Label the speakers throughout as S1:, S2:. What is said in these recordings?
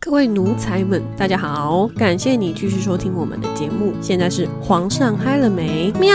S1: 各位奴才们，大家好，感谢你继续收听我们的节目。现在是皇上嗨了没？喵！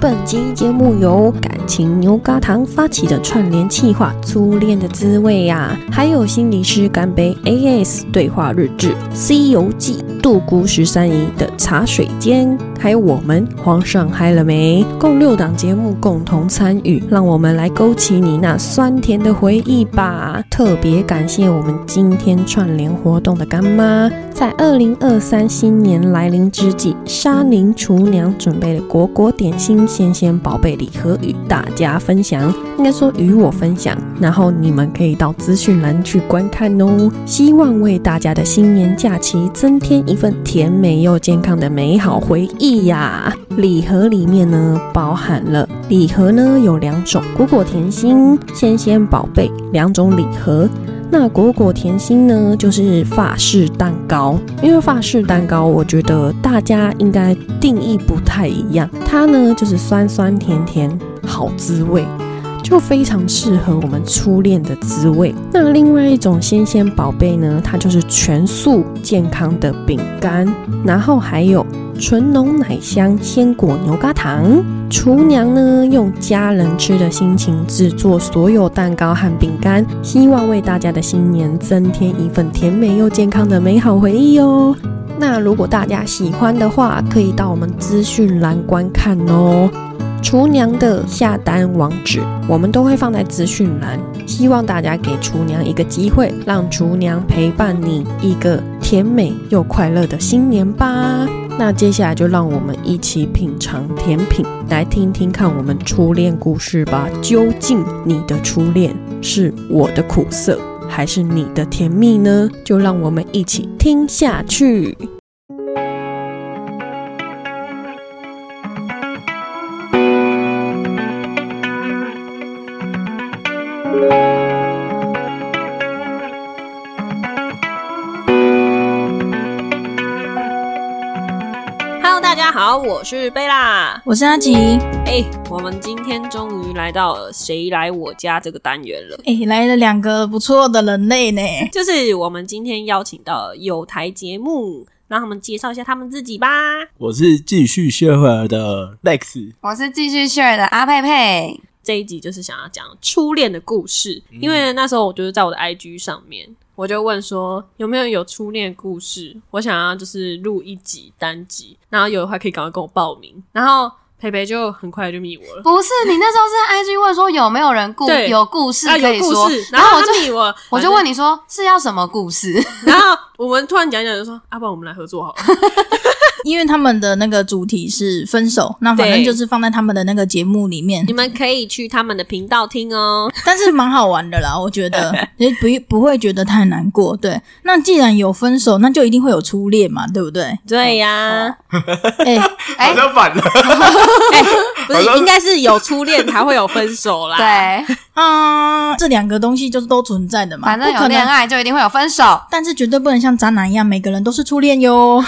S1: 本集节目由感情牛轧糖发起的串联企划《初恋的滋味》呀，还有心理师干杯 AS 对话日志《西游记》杜姑十三姨的茶水间，还有我们皇上嗨了没？共六档节目共同参与，让我们来勾起你那酸甜的回忆吧。特别感谢我们今天串联活动的干妈，在二零二三新年来临之际，沙林厨娘准备了果果点心鲜鲜宝贝礼盒与大家分享，应该说与我分享，然后你们可以到资讯栏去观看哦。希望为大家的新年假期增添一份甜美又健康的美好回忆呀、礼盒里面呢包含了礼盒呢有两种，果果甜心、鲜鲜宝贝两种礼盒。那果果甜心呢，就是法式蛋糕，因为法式蛋糕我觉得大家应该定义不太一样，它呢就是酸酸甜甜，好滋味。就非常适合我们初恋的滋味。那另外一种鲜鲜宝贝呢，它就是全素健康的饼干，然后还有纯浓奶香鲜果牛轧糖。厨娘呢，用家人吃的心情制作所有蛋糕和饼干，希望为大家的新年增添一份甜美又健康的美好回忆哦。那如果大家喜欢的话，可以到我们资讯栏观看哦。厨娘的下单网址我们都会放在资讯栏，希望大家给厨娘一个机会，让厨娘陪伴你一个甜美又快乐的新年吧。那接下来就让我们一起品尝甜品，来听听看我们初恋故事吧。究竟你的初恋是我的苦涩，还是你的甜蜜呢？就让我们一起听下去。Hello，大家好，我是贝拉。
S2: 我是阿吉。
S1: 哎、我们今天终于来到了谁来我家这个单元了。
S2: 哎、来了两个不错的人类呢。
S1: 就是我们今天邀请到了有台节目，让他们介绍一下他们自己吧。
S3: 我是继续 share 的 Lex，
S4: 我是继续 share 的阿佩佩，
S1: 这一集就是想要讲初恋的故事，因为那时候我就是在我的 IG 上面，我就问说有没有有初恋故事，我想要就是录一集单集，然后有的话可以赶快跟我报名。然后培培就很快就密我了。
S4: 不是你那时候是 IG 问说有没有人故
S1: 对
S4: 有故事
S1: 啊，
S4: 可
S1: 有
S4: 以
S1: 故
S4: 说，
S1: 事，
S4: 然
S1: 后
S4: 我就
S1: 他密我，
S4: 我就问你说是要什么 故事？
S1: 反正， 然后我们突然讲一讲，就说，啊，不然我们来合作好了。
S2: 因为他们的那个主题是分手，那反正就是放在他们的那个节目里面
S1: 你，们可以去他们的频道听哦。
S2: 但是蛮好玩的 啦，我觉得也不不会觉得太难过。对，那既然有分手，那就一定会有初恋嘛，对不对？
S1: 对呀、
S2: 哎、
S4: 哎、
S3: 好像反了，
S1: 不是应该是有初恋才会有分手 啦。
S4: 哎对，
S2: 啊、这两个东西就是都存在的嘛，
S4: 反正
S2: 不
S4: 有
S2: 可
S4: 恋
S2: 能。
S4: 爱就一定会有分手。
S2: 但是绝对不能像渣男一样，每个人都是初恋哟。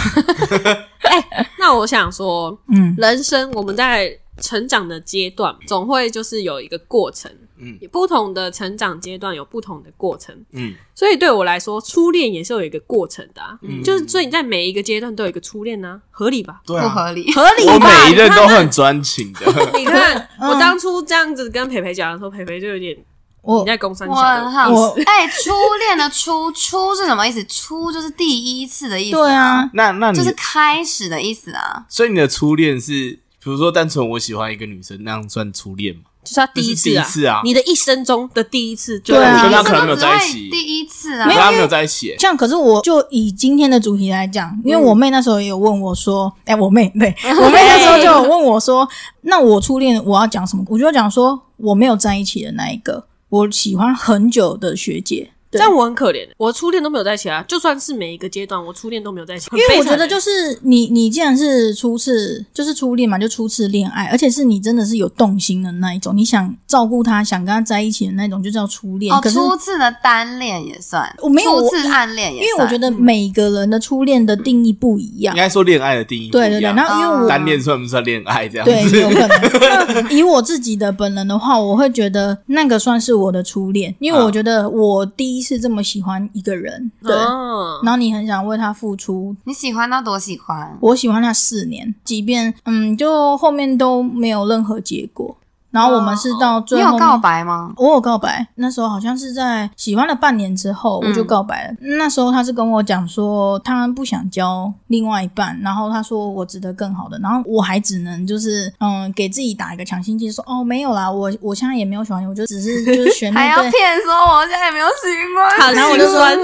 S1: 那我想说，
S2: 嗯，
S1: 人生我们在成长的阶段，总会就是有一个过程。
S3: 嗯
S1: 不同的成长阶段有不同的过程，
S3: 嗯，
S1: 所以对我来说，初恋也是有一个过程的、啊。
S3: 嗯
S1: 就是所以你在每一个阶段都有一个初恋呢、合理吧？
S3: 对
S4: 不合理，
S1: 合理吧？
S3: 我每一任都很专情的，
S1: 你看，
S2: 嗯
S1: 我当初这样子跟培培讲的时候，培培就有点你
S2: 我
S1: 在攻三
S4: 我
S1: 小的
S4: 很好
S2: 我
S4: 奇。哎、初恋的初初是什么意思？初就是第一次的意思、
S2: 对啊，，
S3: 那那你
S4: 就是开始的意思啊。
S3: 所以你的初恋是，比如说单纯我喜欢一个女生，那样算初恋吗？
S1: 就是他第一次啊，
S3: 这是第一次啊
S1: 你的一生中的第一次就
S2: 对啊
S3: 跟他
S4: 可
S3: 可能没有在一起
S4: 第一次啊
S3: 可，是他没有在一起欸，
S2: 像可是我就以今天的主题来讲，因为我妹那时候也有问我说，哎、我妹对我妹那时候就有问我说，那我初恋我要讲什么？我就讲说我没有在一起的那一个，我喜欢很久的学姐。
S1: 这
S2: 对
S1: 样我很可怜，我初恋都没有在一起啊。就算是每一个阶段，我初恋都没有在一起，因
S2: 因为我觉
S5: 欸
S2: 得就是你，你既然是初次，就是初恋嘛，就初次恋爱，而且是你真的是有动心的那一种，你想照顾他，想跟他在一起的那种，就叫初恋。
S4: 哦，
S2: 可是
S4: 初次的单恋也算，
S2: 我没有
S4: 初
S2: 我
S4: 次暗恋也
S2: 因
S4: 算，
S2: 为我觉得每个人的初恋的定义不一样
S3: 应，该说恋爱的定义不一
S2: 对对
S3: 样
S2: 对。然后因为我
S3: 单恋算不算恋爱这样
S2: 对，
S3: 子？
S2: 有 可能。那以我自己的本人的话，我会觉得那个算是我的初恋，因为
S3: 啊
S2: 我觉得我第第一次这么喜欢一个人，对，
S4: 哦
S5: 嗯
S2: 然后你很想为他付出。
S4: 你喜欢到多喜欢？
S2: 我喜欢他四年，即便嗯，就后面都没有任何结果。然后我们是到
S4: 哦你
S2: 最后
S4: 有
S2: 面
S4: 告白吗？
S2: 我有告白，那时候好像是在喜欢了半年之后，
S4: 嗯
S2: 我就告白了。那时候他是跟我讲说，他不想交另外一半，然后他说我值得更好的，然后我还只能就是嗯，给自己打一个强心剂，说哦没有啦，我我现在也没有喜欢你，我就只 是就是学妹
S4: 还要
S2: 对。
S4: 骗嗯说我现在也没有喜欢
S5: 好
S4: 你，
S2: 然后我就说
S5: 酸，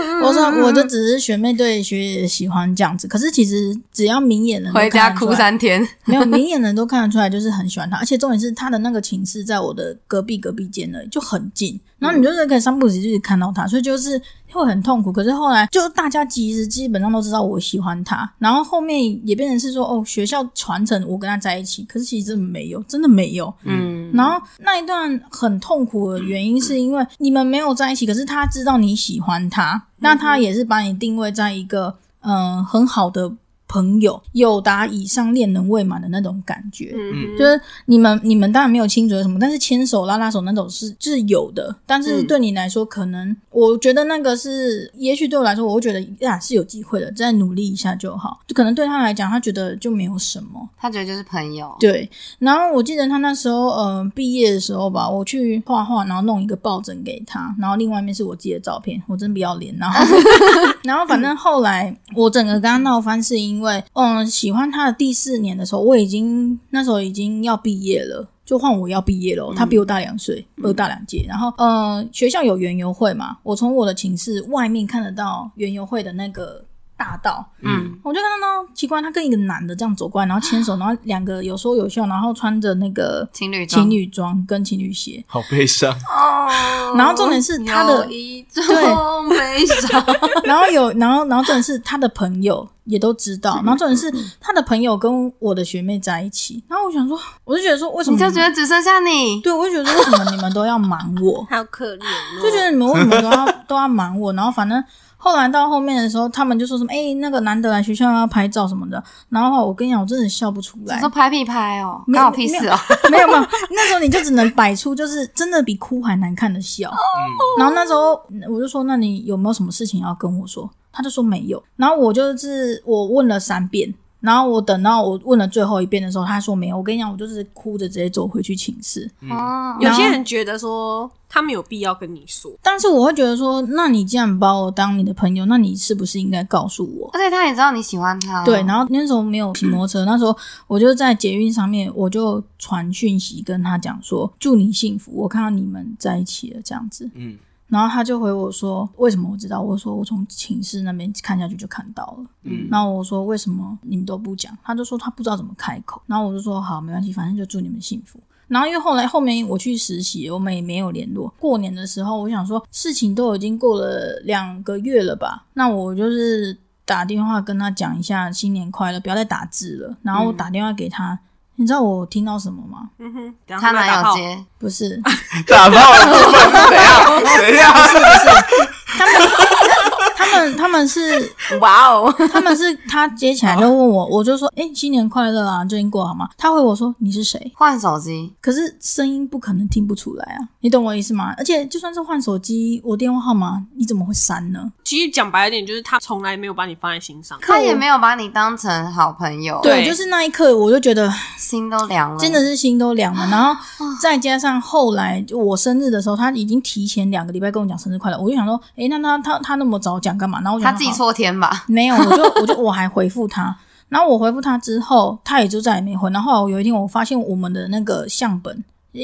S2: 我说我就只是学妹对学姐喜欢这样子，可是其实只要明 眼人都
S4: 回家
S2: 看得出
S4: 哭
S2: 来
S4: 三天。
S2: 没有明眼人都看得出来，就是很喜欢他，而且重点是他的那个寝室在我的隔壁隔壁间的，就很近，然后你就是可以三不五时就是看到他，所以就是会很痛苦。可是后来就大家其实基本上都知道我喜欢他，然后后面也变成是说哦，学校传承我跟他在一起，可是其实真的没有，真的没有。
S4: 嗯，
S2: 然后那一段很痛苦的原因，是因为你们没有在一起，可是他知道你喜欢他，那
S5: 嗯
S2: 他也是把你定位在一个嗯、呃很好的朋友，有达以上恋人未满的那种感觉。
S5: 嗯
S2: 就是你们，你们当然没有亲嘴什么，但是牵手、拉拉手那种是是有的。但是
S5: 嗯，
S2: 对你来说，可能我觉得那个是，也许对我来说，我会觉得呀是有机会的，再努力一下就好。就可能对他来讲，他觉得就没有什么。
S4: 他觉得就是朋友，
S2: 对，然后我记得他那时候，呃，毕业的时候吧，我去画画，然后弄一个抱枕给他，然后另外一面是我自己的照片，我真不要脸。然后，然后反正后来我整个跟他闹翻，是因为，嗯，喜欢他的第四年的时候，我已经那时候已经要毕业了。就换我要毕业了，他比我大两岁，比我大两届。然后，呃，学校有园游会嘛，我从我的寝室外面看得到园游会的那个大道，
S4: 嗯，
S2: 我就看到呢，奇怪，他跟一个男的这样走过来，然后牵 手，然后两个有说有笑，然后穿着那个
S4: 情侣装
S2: 情侣装跟情侣鞋，
S3: 好悲伤，
S4: 哦
S2: 然后重点是他的
S4: 有一种悲伤，
S2: 然后有，然后然后重点是他的朋友也都知道，然后重点是他的朋友跟我的学妹在一起，然后我想说，我就觉得说为什么
S4: 你就
S2: 们
S4: 觉得只剩下你，
S2: 对，我就觉得为什么你们都要瞒我
S5: 好可怜哦，
S2: 就觉得你们为什么都要都要瞒我，然后反正。后来到后面的时候，他们就说什么：“哎、那个男的来学校要拍照什么的。”然后我跟你讲，我真的笑不出来
S4: 你。说拍屁拍哦，
S2: 没有
S4: 关我屁事哦，
S2: 没有没有，那时候你就只能摆出就是真的比哭还难看的笑。
S3: 嗯，
S2: 然后那时候嗯我就说，那你有没有什么事情要跟我说？他就说没有。然后我就是我问了三遍，然后我等到我问了最后一遍的时候，他说没有。我跟你讲，我就是哭着直接走回去寝室。
S4: 哦
S5: 有些人觉得说他们有必要跟你说，
S2: 但是我会觉得说，那你既然把我当你的朋友，那你是不是应该告诉我？
S4: 而且他也知道你喜欢他，
S2: 对，然后那时候没有骑摩托车，那时候我就在捷运上面，我就传讯息跟他讲说，祝你幸福，我看到你们在一起了这样子。
S3: 嗯，
S2: 然后他就回我说，为什么我知道？我说我从寝室那边看下去就看到了。
S3: 嗯
S2: 然后我说为什么你们都不讲？他就说他不知道怎么开口。然后我就说好，没关系，反正就祝你们幸福。然后因为后来后面我去实习，我们也没有联络。过年的时候，我想说事情都已经过了两个月了吧，那我就是打电话跟他讲一下新年快乐，不要再打字了。然后我打电话给他，你知道我听到什么吗？
S5: 嗯哼，等一下他
S4: 他
S5: 们来打
S4: 哪有
S5: 炮，
S4: 接？
S2: 不是，
S3: 嗯打炮了，怎样？怎样？
S2: 他们他们他们是
S5: 哇哦，
S2: 他们是他接起来就问我，我就说：“哎、新年快乐啊，最近过得好吗？”他回我说：“你是谁
S4: 换手机？”，
S2: 可是声音不可能听不出来啊，你懂我意思吗？而且就算是换手机，我电话号码你怎么会删呢？
S5: 其实讲白一点，就是他从来没有把你放在心上，
S4: 他也没有把你当成好朋友，
S5: 对
S2: 对，就是那一刻我就觉得
S4: 心都凉了，
S2: 真的是心都凉了。然后再加上后来就我生日的时候，他已经提前两个礼拜跟我讲生日快乐，我就想说：“哎、那他他他那么早讲干嘛？”然后我就
S4: 他
S2: 想
S4: 自己
S2: 好
S4: 错天吧？
S2: 没有，我就我就我还回复 他，然后我回复他之后，他也就再也没回。然后后来有一天，我发现我们的那个相本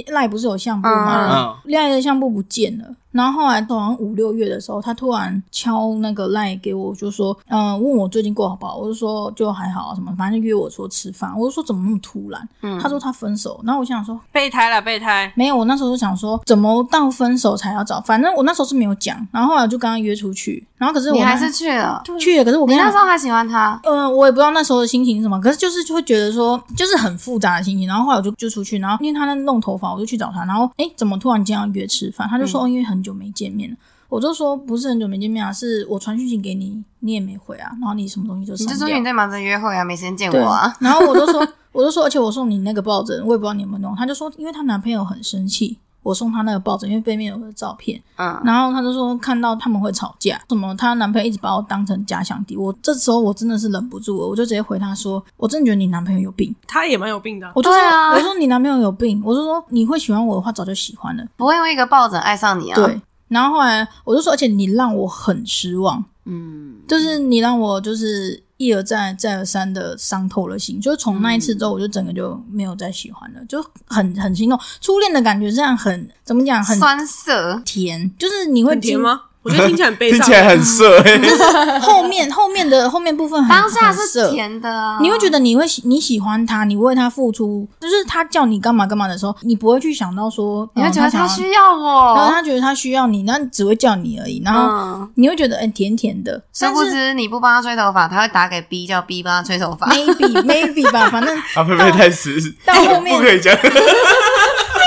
S2: 赖不是有相簿吗？
S3: 嗯，
S2: 赖的相簿不见了。然后后来好像五六月的时候，他突然敲那个赖给我，就说，嗯、问我最近过得好不好？我就说就还好啊，什么，反正就约我说吃饭。我就说怎么那么突然？
S4: 嗯，
S2: 他说他分手。然后我想说，
S5: 备胎了，备胎，
S2: 没有，我那时候就想说，怎么到分手才要找？反正我那时候是没有讲。然后后来我就跟他约出去，然后可是我
S4: 你还
S2: 那
S4: 是去了，
S2: 去了，可是我
S4: 你
S2: 跟他
S4: 那时候还喜欢他，
S2: 嗯，我也不知道那时候的心情是什么，可是就是就会觉得说，就是很复杂的心情。然后后来我就就出去，然后因为他在弄头发，我就去找他。然后哎诶，怎么突然间要约吃饭？他就说、哦，因为很久没见面了。我就说不是很久没见面啊，是我传讯息给你，你也没回啊，然后你什么东西就
S4: 你
S2: 删
S4: 就
S2: 掉
S4: 说你在忙着约会啊，没时间见
S2: 对
S4: 我啊。
S2: 然后我就说，我就说，而且我送你那个抱枕，我也不知道你有没有弄。他就说，因为她男朋友很生气。我送她那个抱枕，因为背面有我的照片。
S4: 嗯，
S2: 然后她就说看到他们会吵架，什么她男朋友一直把我当成假想敌。我这时候我真的是忍不住了，我就直接回她说，我真的觉得你男朋友有病。
S5: 他也蛮有病的啊。
S2: 我就说，
S4: 对啊
S2: 我就说你男朋友有病，我就说你会喜欢我的话，早就喜欢了。
S4: 不会因为一个抱枕爱上你啊。，
S2: 对，然后后来我就说，而且你让我很失望，
S4: 嗯，
S2: 就是你让我就是一而再再而三的伤透了心，就是从那一次之
S4: 嗯
S2: 后，我就整个就没有再喜欢了，就很很心动。初恋的感觉这样很怎么讲，很
S4: 酸涩，
S2: 甜，就是你会
S5: 很甜
S2: 经？
S5: 吗？我觉得听起来很悲
S3: 听
S5: 伤
S3: 起。来很色哎、
S2: 后 面后面的后面部分很
S4: 当下
S2: 很
S4: 是
S2: 涩
S4: 甜的啊，
S2: 你会觉得你会喜你喜欢他，你为他付出，就是他叫你干嘛干嘛的时候，你不会去想到说，
S4: 你会
S2: 嗯
S4: 觉得
S2: 想
S4: 他
S2: 要哦
S4: 需要
S2: 然后
S4: 我，
S2: 他觉得他需要你，那只会叫你而已。然后
S4: 嗯，
S2: 你会觉得，哎、甜甜的，
S4: 殊
S2: 但
S4: 不
S2: 是
S4: 知你不帮他吹头发，他会打给 B 叫 B 帮他吹头发。
S2: maybe maybe 吧，反正
S3: 啊，佩佩太实，
S2: 到后面
S3: 不可以讲。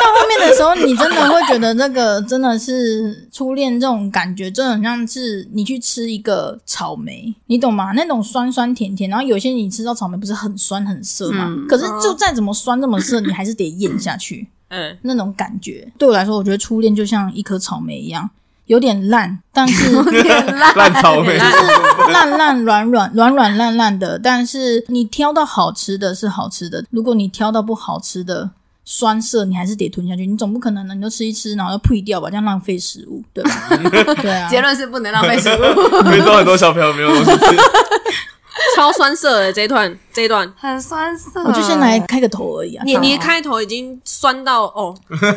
S2: 到后面的时候，你真的会觉得那个 真的是初恋这种感觉，真的很像是你去吃一个草莓，你懂吗？那种酸酸甜甜，然后有些你吃到草莓不是很酸很涩吗？
S4: 嗯
S2: 可是就再怎么酸这么涩，你还是得咽下去，
S5: 嗯，
S2: 那种感觉对我来说，我觉得初恋就像一颗草莓一样，有点烂，但是
S3: 烂草莓，
S5: 哎
S2: 烂烂软软软软烂烂的，但是你挑到好吃的是好吃的，如果你挑到不好吃的酸涩，你还是得吞下去，你总不可能呢，你就吃一吃，然后就呸掉吧，这样浪费食物，对吧？对啊，
S4: 结论是不能浪费食 物，
S3: 非洲很多小朋友没有东西吃。
S5: 超酸涩的这一段，这一段。
S4: 很酸涩。
S2: 我就先来开个头而已 啊。
S5: 你你的开头已经酸到 哦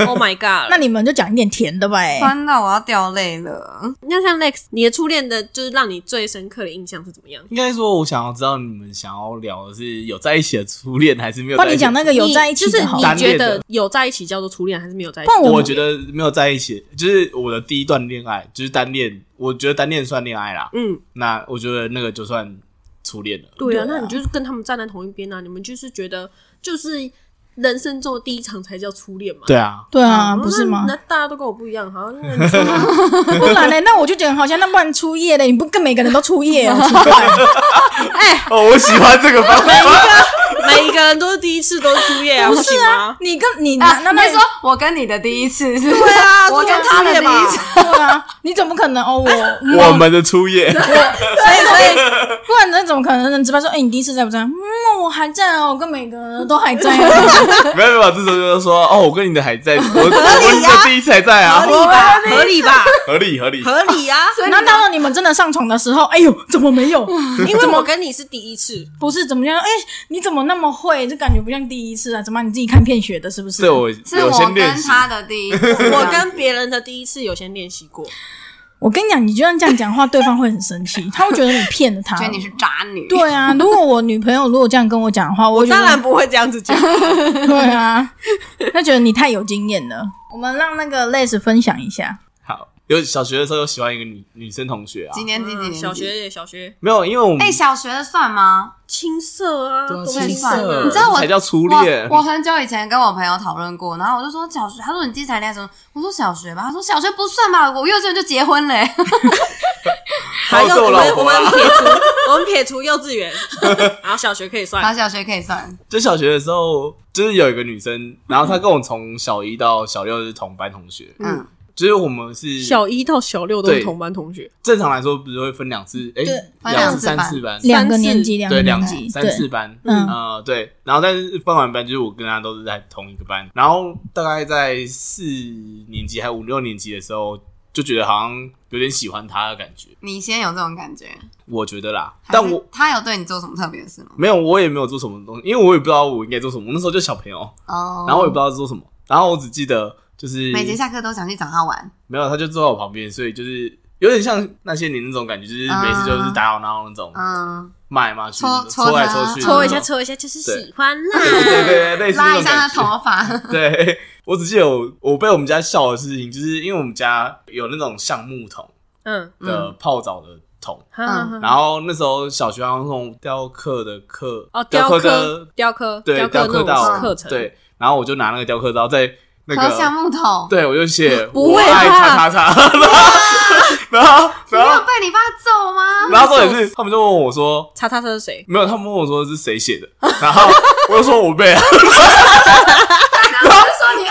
S5: ，Oh my god！
S2: 那
S5: 了
S2: 你们就讲一点甜的吧、欸，
S4: 酸到我要掉泪了。
S5: 那像 Lex，你的初恋的就是让你最深刻的印象是怎么样？
S3: 应该说，我想要知道你们想要聊的是有在一起的初恋，还是没有
S2: 帮
S3: 在一
S2: 你
S3: 起
S2: 讲
S3: 的？
S2: 那个有在一起
S5: 你就是
S2: 的好了，
S5: 你觉
S3: 单恋
S5: 得
S3: 的
S5: 有在一起叫做初恋，还是没有在一
S2: 不
S5: 起？
S2: 然
S3: 我
S2: 我
S3: 觉得没有在一起，就是我的第一段恋爱，就是单恋。我觉得单恋算恋爱啦，
S5: 嗯，
S3: 那我觉得那个就算初恋了。
S5: 对啊，
S2: 对啊
S5: 那你就是跟他们站在同一边啊，你们就是觉得就是人生中的第一场才叫初恋嘛。
S3: 对啊，
S2: 对啊，
S5: 嗯
S2: 不是吗
S5: 那？大家都跟我不一样，好像那你说
S2: 不然呢？那我就觉得好像那不然初夜嘞，你不跟每个人都初夜哦？奇怪
S3: 哦，我喜欢这个方法。
S5: 每一个人都是第一次都是初恋啊，不行吗？
S2: 你跟你
S4: 啊
S2: 那，
S4: 那
S2: 那
S4: 你
S2: 那
S4: 说我跟你的第一次是？
S5: 对啊，
S4: 我跟
S5: 这叫初
S4: 他的第
S5: 恋
S4: 一次
S5: 吧。
S2: 对啊，你怎么可能哦？我
S3: 我们的初 夜，
S2: 不然那怎么可能？人直白说，哎、你第一次在不在？嗯，我还在哦，我跟每个人都还在、啊。
S3: 没有没有，这时候就是说，哦，我跟你的还在，我我跟你的第一次还在啊，
S5: 吧，合理吧，
S3: 合理合理。
S5: 合理 啊！
S2: 然后到了你们真的上床的时候，哎呦，怎么没有？
S5: 因为我跟你是第一次，
S2: 不是怎么样？哎、你怎么那么会？这感觉不像第一次啊？怎么你自己看片学的？是不是？
S3: 对我
S4: 是
S3: 有
S4: 我
S3: 先练
S4: 跟
S3: 习，
S4: 他的第一次，
S2: 啊
S5: 我跟别人的第一次有先练习过，
S2: 我跟你讲，你就算这样讲话，对方会很生气，他会觉得你骗了他。
S4: 觉得你是渣女。
S2: 对啊，如果我女朋友如果这样跟我讲的话，我会觉得
S5: 当 然不会这样子讲。
S2: 对啊，他觉得你太有经验了。我们让那个 Les 分享一下。
S3: 好，有小学的时候有喜欢一个女女生同学啊，
S4: 几年级？几年级？
S5: 嗯小学也小学，
S3: 没有，因为我们
S4: 哎，小学的算吗？
S5: 青涩啊，
S3: 对啊
S5: 多
S3: 青
S5: 青涩
S3: 涩
S5: 啊，
S4: 你知道我
S3: 才叫初
S4: 我
S3: 恋。
S4: 我很久以前跟我朋友讨论过，然后我就说小学，他说你第一次谈恋爱什么？我说小学吧，他说小学不算吧，我幼稚园就结婚嘞、
S5: 还
S3: 还有
S5: 有
S3: 我
S5: 我
S3: 老
S5: 们我
S3: 婆
S5: 们
S3: 啊，
S5: 撇除我们撇除幼稚园，然后小学可以
S4: 然
S5: 算
S4: 后小学可以算，
S3: 就小学的时候，就是有一个女生，然后她跟我从小一到小六是同班同学，
S4: 嗯，
S3: 就是我们是
S5: 小一到小六都是
S3: 对
S5: 同班同学，
S3: 正常来说不是会分两次，哎
S2: 对，
S4: 分
S3: 两
S4: 两
S3: 次
S4: 次
S3: 三
S4: 班
S3: 次班，
S2: 两个年级，两个
S3: 对，两
S2: 年
S3: 级
S2: 级，
S3: 三四
S2: 对，
S3: 班，
S2: 嗯
S3: 呃，对，然后但是分完班，就是我跟他都是在同一个班，然后大概在四年级还五六年级的时候，就觉得好像有点喜欢他的感觉，
S4: 你先有这种感觉，
S3: 我觉得啦，但
S4: 还是
S3: 我
S4: 他有对你做什么特别的事吗？
S3: 没有，我也没有做什么东西，因为我也不知道我应该做什么，我那时候就小朋友，
S4: 哦，
S3: 然后我也不知道做什么，然后我只记得就是
S4: 每节下课都想去找他玩，
S3: 没有，他就坐在我旁边，所以就是。有点像那些年那种感觉，就是每次就是打扰闹那种，
S4: 嗯，
S3: 骂来骂去，
S4: 戳
S3: 戳来戳去，
S5: 搓一
S3: 那
S5: 下
S3: 种
S5: 搓一下就是
S3: 对
S5: 喜欢
S3: 对
S5: 啦。
S3: 对对，类似那
S4: 拉
S3: 种
S4: 一下他
S3: 感觉。
S4: 头发，
S3: 对，我只记得我我被我们家笑的事情，就是因为我们家有那种橡木桶
S5: 嗯，
S3: 的泡澡的桶，
S5: 哈哈哈
S3: 然后那时候小学好像从雕刻的课
S5: 哦，雕
S3: 雕
S5: 刻
S3: 的
S5: 雕刻
S3: 对
S5: 刻
S3: 刻
S5: 那
S3: 到
S5: 种课程，，
S3: 对，然后我就拿那个雕刻刀在那
S4: 和橡
S3: 个。
S4: 木桶，
S3: 对，我就写
S5: 不
S3: 我
S5: 会
S3: 爱
S5: 吧
S3: 叉叉叉， 然后
S4: 你
S3: 然
S4: 有
S3: 后
S4: 被你爸揍吗？
S3: 然后重点是，他们就问我说，
S5: 叉叉车是谁？
S3: 没有，他们问我说是谁写的，然后我就说我背啊，
S4: 然后就说你爱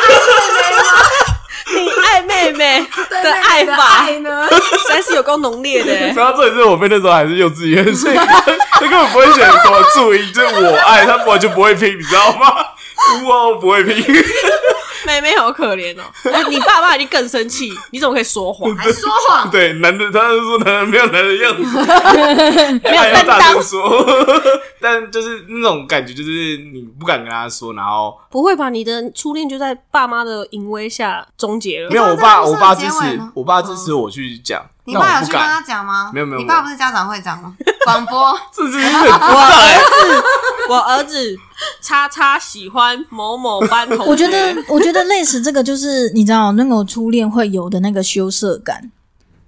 S4: 妹妹吗？
S5: 对妹妹的爱法
S4: 爱呢？
S5: 实在是有够浓烈的欸
S3: 然，后这里是我妹那时候还是幼稚园，所以 他根本不会选什么注音，就是我爱，他完全不会拼，你知道吗？ 呜哦，不会拼，
S5: 妹妹好可怜哦。你爸爸已经更生气，你怎么可以说谎？
S4: 还说谎，
S3: 对，男的他就说男人没有男人样子， 没
S5: 有担当
S3: 大声说， 但就是那种感觉，就是你不敢跟他说，然后
S5: 不会吧？你的初恋就在爸妈的淫威下终结了
S3: 没？有，
S4: 知道
S3: 我爸
S4: 这个
S3: 我爸支
S4: 是结尾
S3: 持
S4: 呢，
S3: 我爸支持我去讲，
S4: 你
S3: 但我
S4: 爸有
S3: 不
S4: 去跟他
S3: 敢，
S4: 讲吗？
S3: 没有没有
S4: 你爸不是家长会长 吗？广播，
S3: 这是很不大欸
S5: 我儿子叉叉喜欢某某班同学，
S2: 我觉得，我觉得类似这个就是你知道那种初恋会有的那个羞涩感，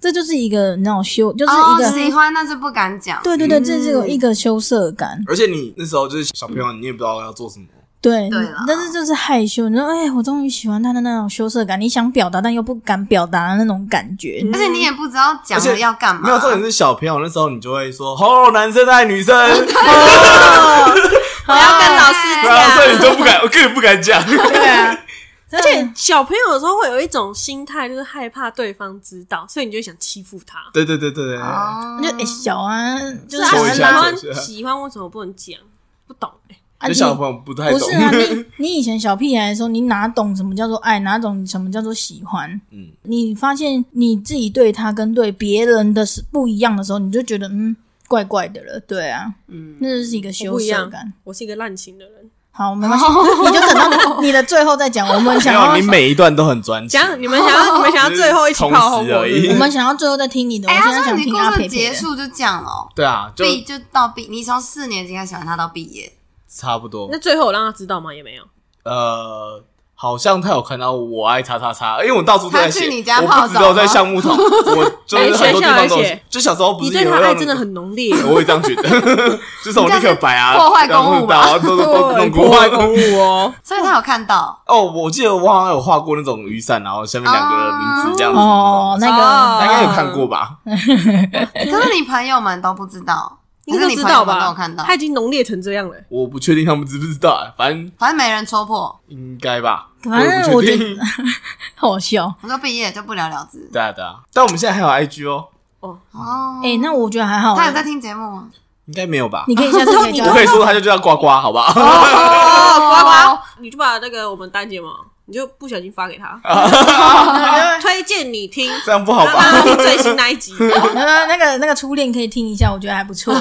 S2: 这就是一个那种羞，就是一
S4: 哦
S2: 个、，
S4: 喜欢但是不敢讲，
S2: 对对对，
S5: 嗯
S2: 这是有一个羞涩感。
S3: 而且你那时候就是小朋友，你也不知道要做什么。
S2: 对，
S4: 对啦
S2: 但是就是害羞，你说哎，我终于喜欢他的那种羞涩感，你想表达但又不敢表达的那种感觉。
S5: 嗯
S4: 而且你也不知道讲
S3: 而
S4: 了
S3: 且
S4: 要干嘛。
S3: 没有重点是小朋友那时候，你就会说哦，男生爱女生，
S5: 我
S2: 啊
S5: 要跟老师
S4: 对
S3: 然后啊所
S5: 讲
S3: 以你。都不敢，我根本不敢讲。
S2: 对啊，
S5: 而且小朋友有时候会有一种心态，就是害怕对方知道，所以你就想欺负他。
S3: 对对对对对，
S4: 哦，
S2: 就、哎小啊，就是
S5: 啊
S3: 抽一
S5: 喜
S3: 下
S5: 欢
S3: 抽一下
S5: 喜欢为什么不能讲？不懂欸
S2: 啊
S3: 有
S2: 你
S3: 小朋友不太
S2: 不
S3: 懂
S2: 是。啊， 你你以前小屁孩的时候，你哪懂什么叫做爱，哪懂什么叫做喜欢？
S3: 嗯，
S2: 你发现你自己对他跟对别人的是不一样的时候，你就觉得嗯，怪怪的了。对啊，
S4: 嗯，
S2: 那就是一个羞
S5: 不一
S2: 涩
S5: 样
S2: 感。
S5: 我是一个滥情的人。
S2: 好， 没关系，你就等到你的最后再讲。我们
S3: 没
S2: 想要
S3: 有，，你每一段都很专情。
S5: 讲你们想要，你 们想要最后一起炮轰
S3: 同时而已
S5: 我，
S2: 我们想要最后再听你的。我
S4: 哎、
S2: 现在
S4: 他说
S2: 想
S4: 你
S2: 听
S4: 故
S2: 阿
S4: 事
S2: 培
S4: 结
S2: 培的。
S4: 束就这样哦，
S3: 对啊，就
S4: 毕就到毕，你从四年级开始喜欢他到毕业，
S3: 差不多
S5: 那。最后我让他知道吗？也没有。
S3: 呃，好像他有看到我爱叉叉叉，因为我到处都在
S4: 他去
S3: 写，
S4: 你家
S3: 我
S4: 泡
S3: 不
S4: 澡
S3: 知道
S4: 吗
S3: 在橡木桶，我就是很多地方都
S5: 哎学校
S3: 有
S5: 还
S3: 写
S5: 写。
S3: 就小时候不
S5: 你
S3: 是
S5: 对
S3: 也
S5: 他
S3: 会
S5: 的爱
S3: 让
S5: 真 的很浓烈。
S3: 我也这样觉得， 就是我立刻白啊，
S4: 你这 样是破坏公物
S3: 物
S4: 吧
S3: 刀，都都都 弄
S5: 破
S3: 破
S5: 坏
S3: 坏
S5: 公物哦，
S4: 所以他有看到。
S3: 哦，我记得我好像有画过那种雨伞，然后下面两个人名字这样子。
S2: 哦，那
S5: 哦
S2: 个
S3: 大家有看过吧？
S4: 可是你朋友们都不知道，
S5: 应该
S4: 还
S5: 都
S4: 是
S5: 知
S4: 你
S5: 道
S4: 朋友们都
S5: 吧
S4: 有看？到，
S5: 他已经浓烈成这样了。
S3: 我不确定他们知不知道、啊，反正
S4: 反正没人戳破。
S3: 应该吧。
S2: 反正
S3: 我
S2: 我觉得
S3: 也不确 定
S2: 好笑。
S4: 我说毕业就不了了之。
S3: 对啊对啊，但我们现在还有 IG 哦，
S4: 哦，
S2: 哎，那我觉得还好。
S4: 他有在听节目吗？
S3: 应该没有吧？
S2: 你可以下次可以
S5: 你
S2: 叫
S3: 我
S2: 他
S3: 可以说他就叫呱呱，好不好？
S5: 哦，呱呱，你就把那个我们单节目，你就不小心发给 他，推荐你听，
S3: 啊这样不好
S5: 让他
S3: 吧？
S5: 听最新那一 集。
S2: 然后那个那个初恋可以听一下，我觉得还不 错。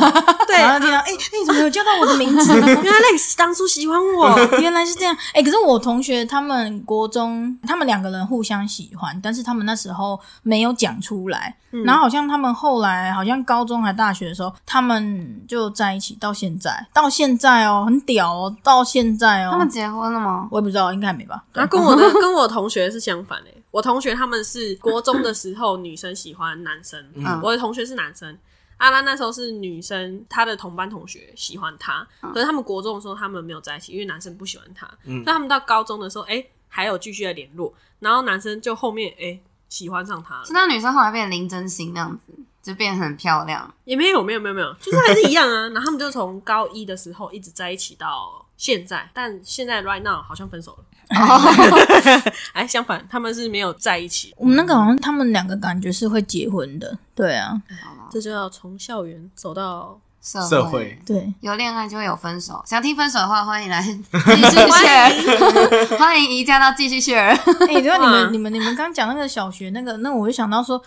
S5: 对，
S4: 啊
S2: 然后听到，哎、哎，你怎么有叫到我的名字？
S5: 原来 Lex 当初喜欢我，
S2: 原来是这样。哎、可是我同学他们国中，他们两个人互相喜欢，但是他们那时候没有讲出来。
S4: 嗯
S2: 然后好像他们后来，好像高中还大学的时候，他们就在一起，到现在，到现在哦，很屌哦，到现在
S4: 他
S2: 哦
S4: 们，啊结婚了吗？
S2: 我也不知道，应该还没吧。
S5: 然后啊跟我的跟我同学是相反诶、我同学他们是国中的时候女生喜欢男生，
S4: 嗯
S5: 我的同学是男生。阿拉那时候是女生，她的同班同学喜欢他，可是他们国中的时候他们没有在一起，因为男生不喜欢他，
S3: 嗯
S5: 所以他们到高中的时候，哎、还有继续的联络，然后男生就后面哎、喜欢上他了
S4: 是，那女生后来变林真心那样子，就变得很漂亮。
S5: 也没有没有没有没有，就是还是一样啊。然后他们就从高一的时候一直在一起到现在，但现在 right now 好像分手了。
S4: 哦
S5: 哎，相反，他们是没有在一起，
S2: 我们那个好像他们两个感觉是会结婚的，对啊，
S5: 这就要从校园走到
S4: 社
S3: 社会
S2: 对。
S4: 有恋爱就会有分手，想听分手的话，欢迎来继续 share，欢迎移驾到继续 share。
S2: 哎、对啊，你
S5: 哇
S2: 们你们你们刚讲那个小学那个，那我就想到说，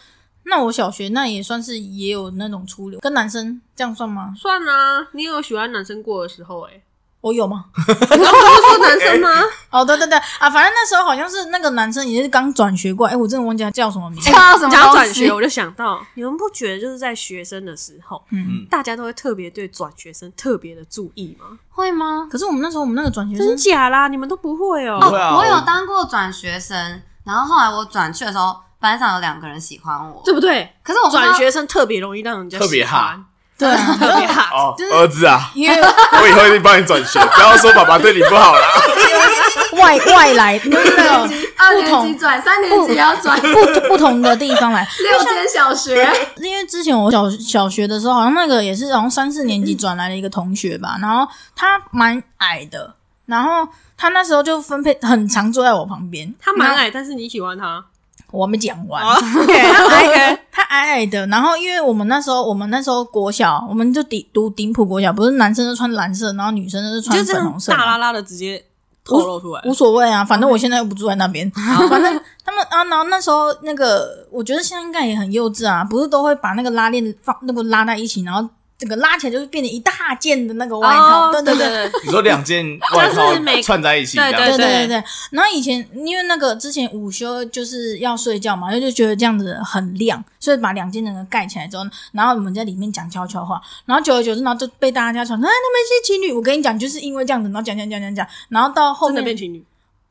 S2: 那我小学那也算是也有那种初恋，跟男生这样算吗？
S5: 算啊。你有喜欢男生过的时候、哎，
S2: 我有吗？
S5: 你刚不是说男生吗？
S2: 哦，对对对啊，反正那时候好像是那个男生也是刚转学过来，哎、我真的忘记他叫什么名字。
S4: 到什么
S5: 讲到
S4: 东
S5: 转
S4: 西
S5: 学，我就想到， 你们不觉得就是在学生的时候，
S2: 嗯，
S5: 大家都会特别对转学生特别的注意吗？
S4: 会吗？
S2: 可是我们那时候我们那个转学
S5: 真
S2: 生，
S5: 假啦，你们都不会哦、
S3: 不会啊，
S4: 我有
S3: 我
S4: 当过转学生，然后后来我转去的时候，班上有两个人喜欢我，
S5: 对不对？
S4: 可是我不知道
S5: 转学生特别容易让人家
S3: 特别
S5: 喜欢
S3: 哈，
S2: 对啊，
S5: 特别哈。
S3: 哦
S2: 就是，
S3: 儿子啊，
S2: 因为
S3: 我以后一定帮你转学，不要说爸爸对你不好啦。
S2: 外外来不是那种
S4: 二
S2: 不
S4: 年级
S2: 同
S4: 转，三年级也要转
S2: 不不同的地方来，
S4: 六间小学，
S2: 因为之前我小小学的时候，好像那个也是好像三四年级
S5: 嗯
S2: 转来的一个同学吧，然后他蛮矮的，然后他那时候就分配很常坐在我旁边，
S5: 他蛮哦
S2: 然后，
S5: 矮，但是你喜欢他，
S2: 我还没讲完。他矮
S5: OK，
S2: 他矮矮的，然后因为我们那时候，我们那时候国小，我们就顶读顶普国小，不是男生就穿蓝色，然后女生就是
S5: 你就
S2: 穿
S5: 这
S2: 粉
S5: 样
S2: 红色
S5: 大
S2: 嘛，
S5: 拉拉的直接透露出来，
S2: 无所谓啊，反正我现在又不住在那边，
S5: 哦
S2: 反正他们啊，然后那时候那个，我觉得现在应该也很幼稚啊，不是都会把那个拉链放那个拉在一起，然后整个拉起来就是变成一大件的那个外套，
S5: 哦
S2: 对
S5: 对
S2: 对。
S5: 对，
S3: 你说两件外套
S5: 就是每
S3: 串在一起，这
S5: 对
S3: 样
S2: 对
S3: 子
S2: 对对对，然后以前因为那个之前午休就是要睡觉嘛，就就觉得这样子很亮，所以把两件那个盖起来之后，然后我们在里面讲悄悄话，然后久而久之，然后就被大家传，哎，他们是情侣。我跟你讲，就是因为这样子，然后讲讲讲讲讲，然后到后
S5: 真的
S2: 面
S5: 变情侣，啊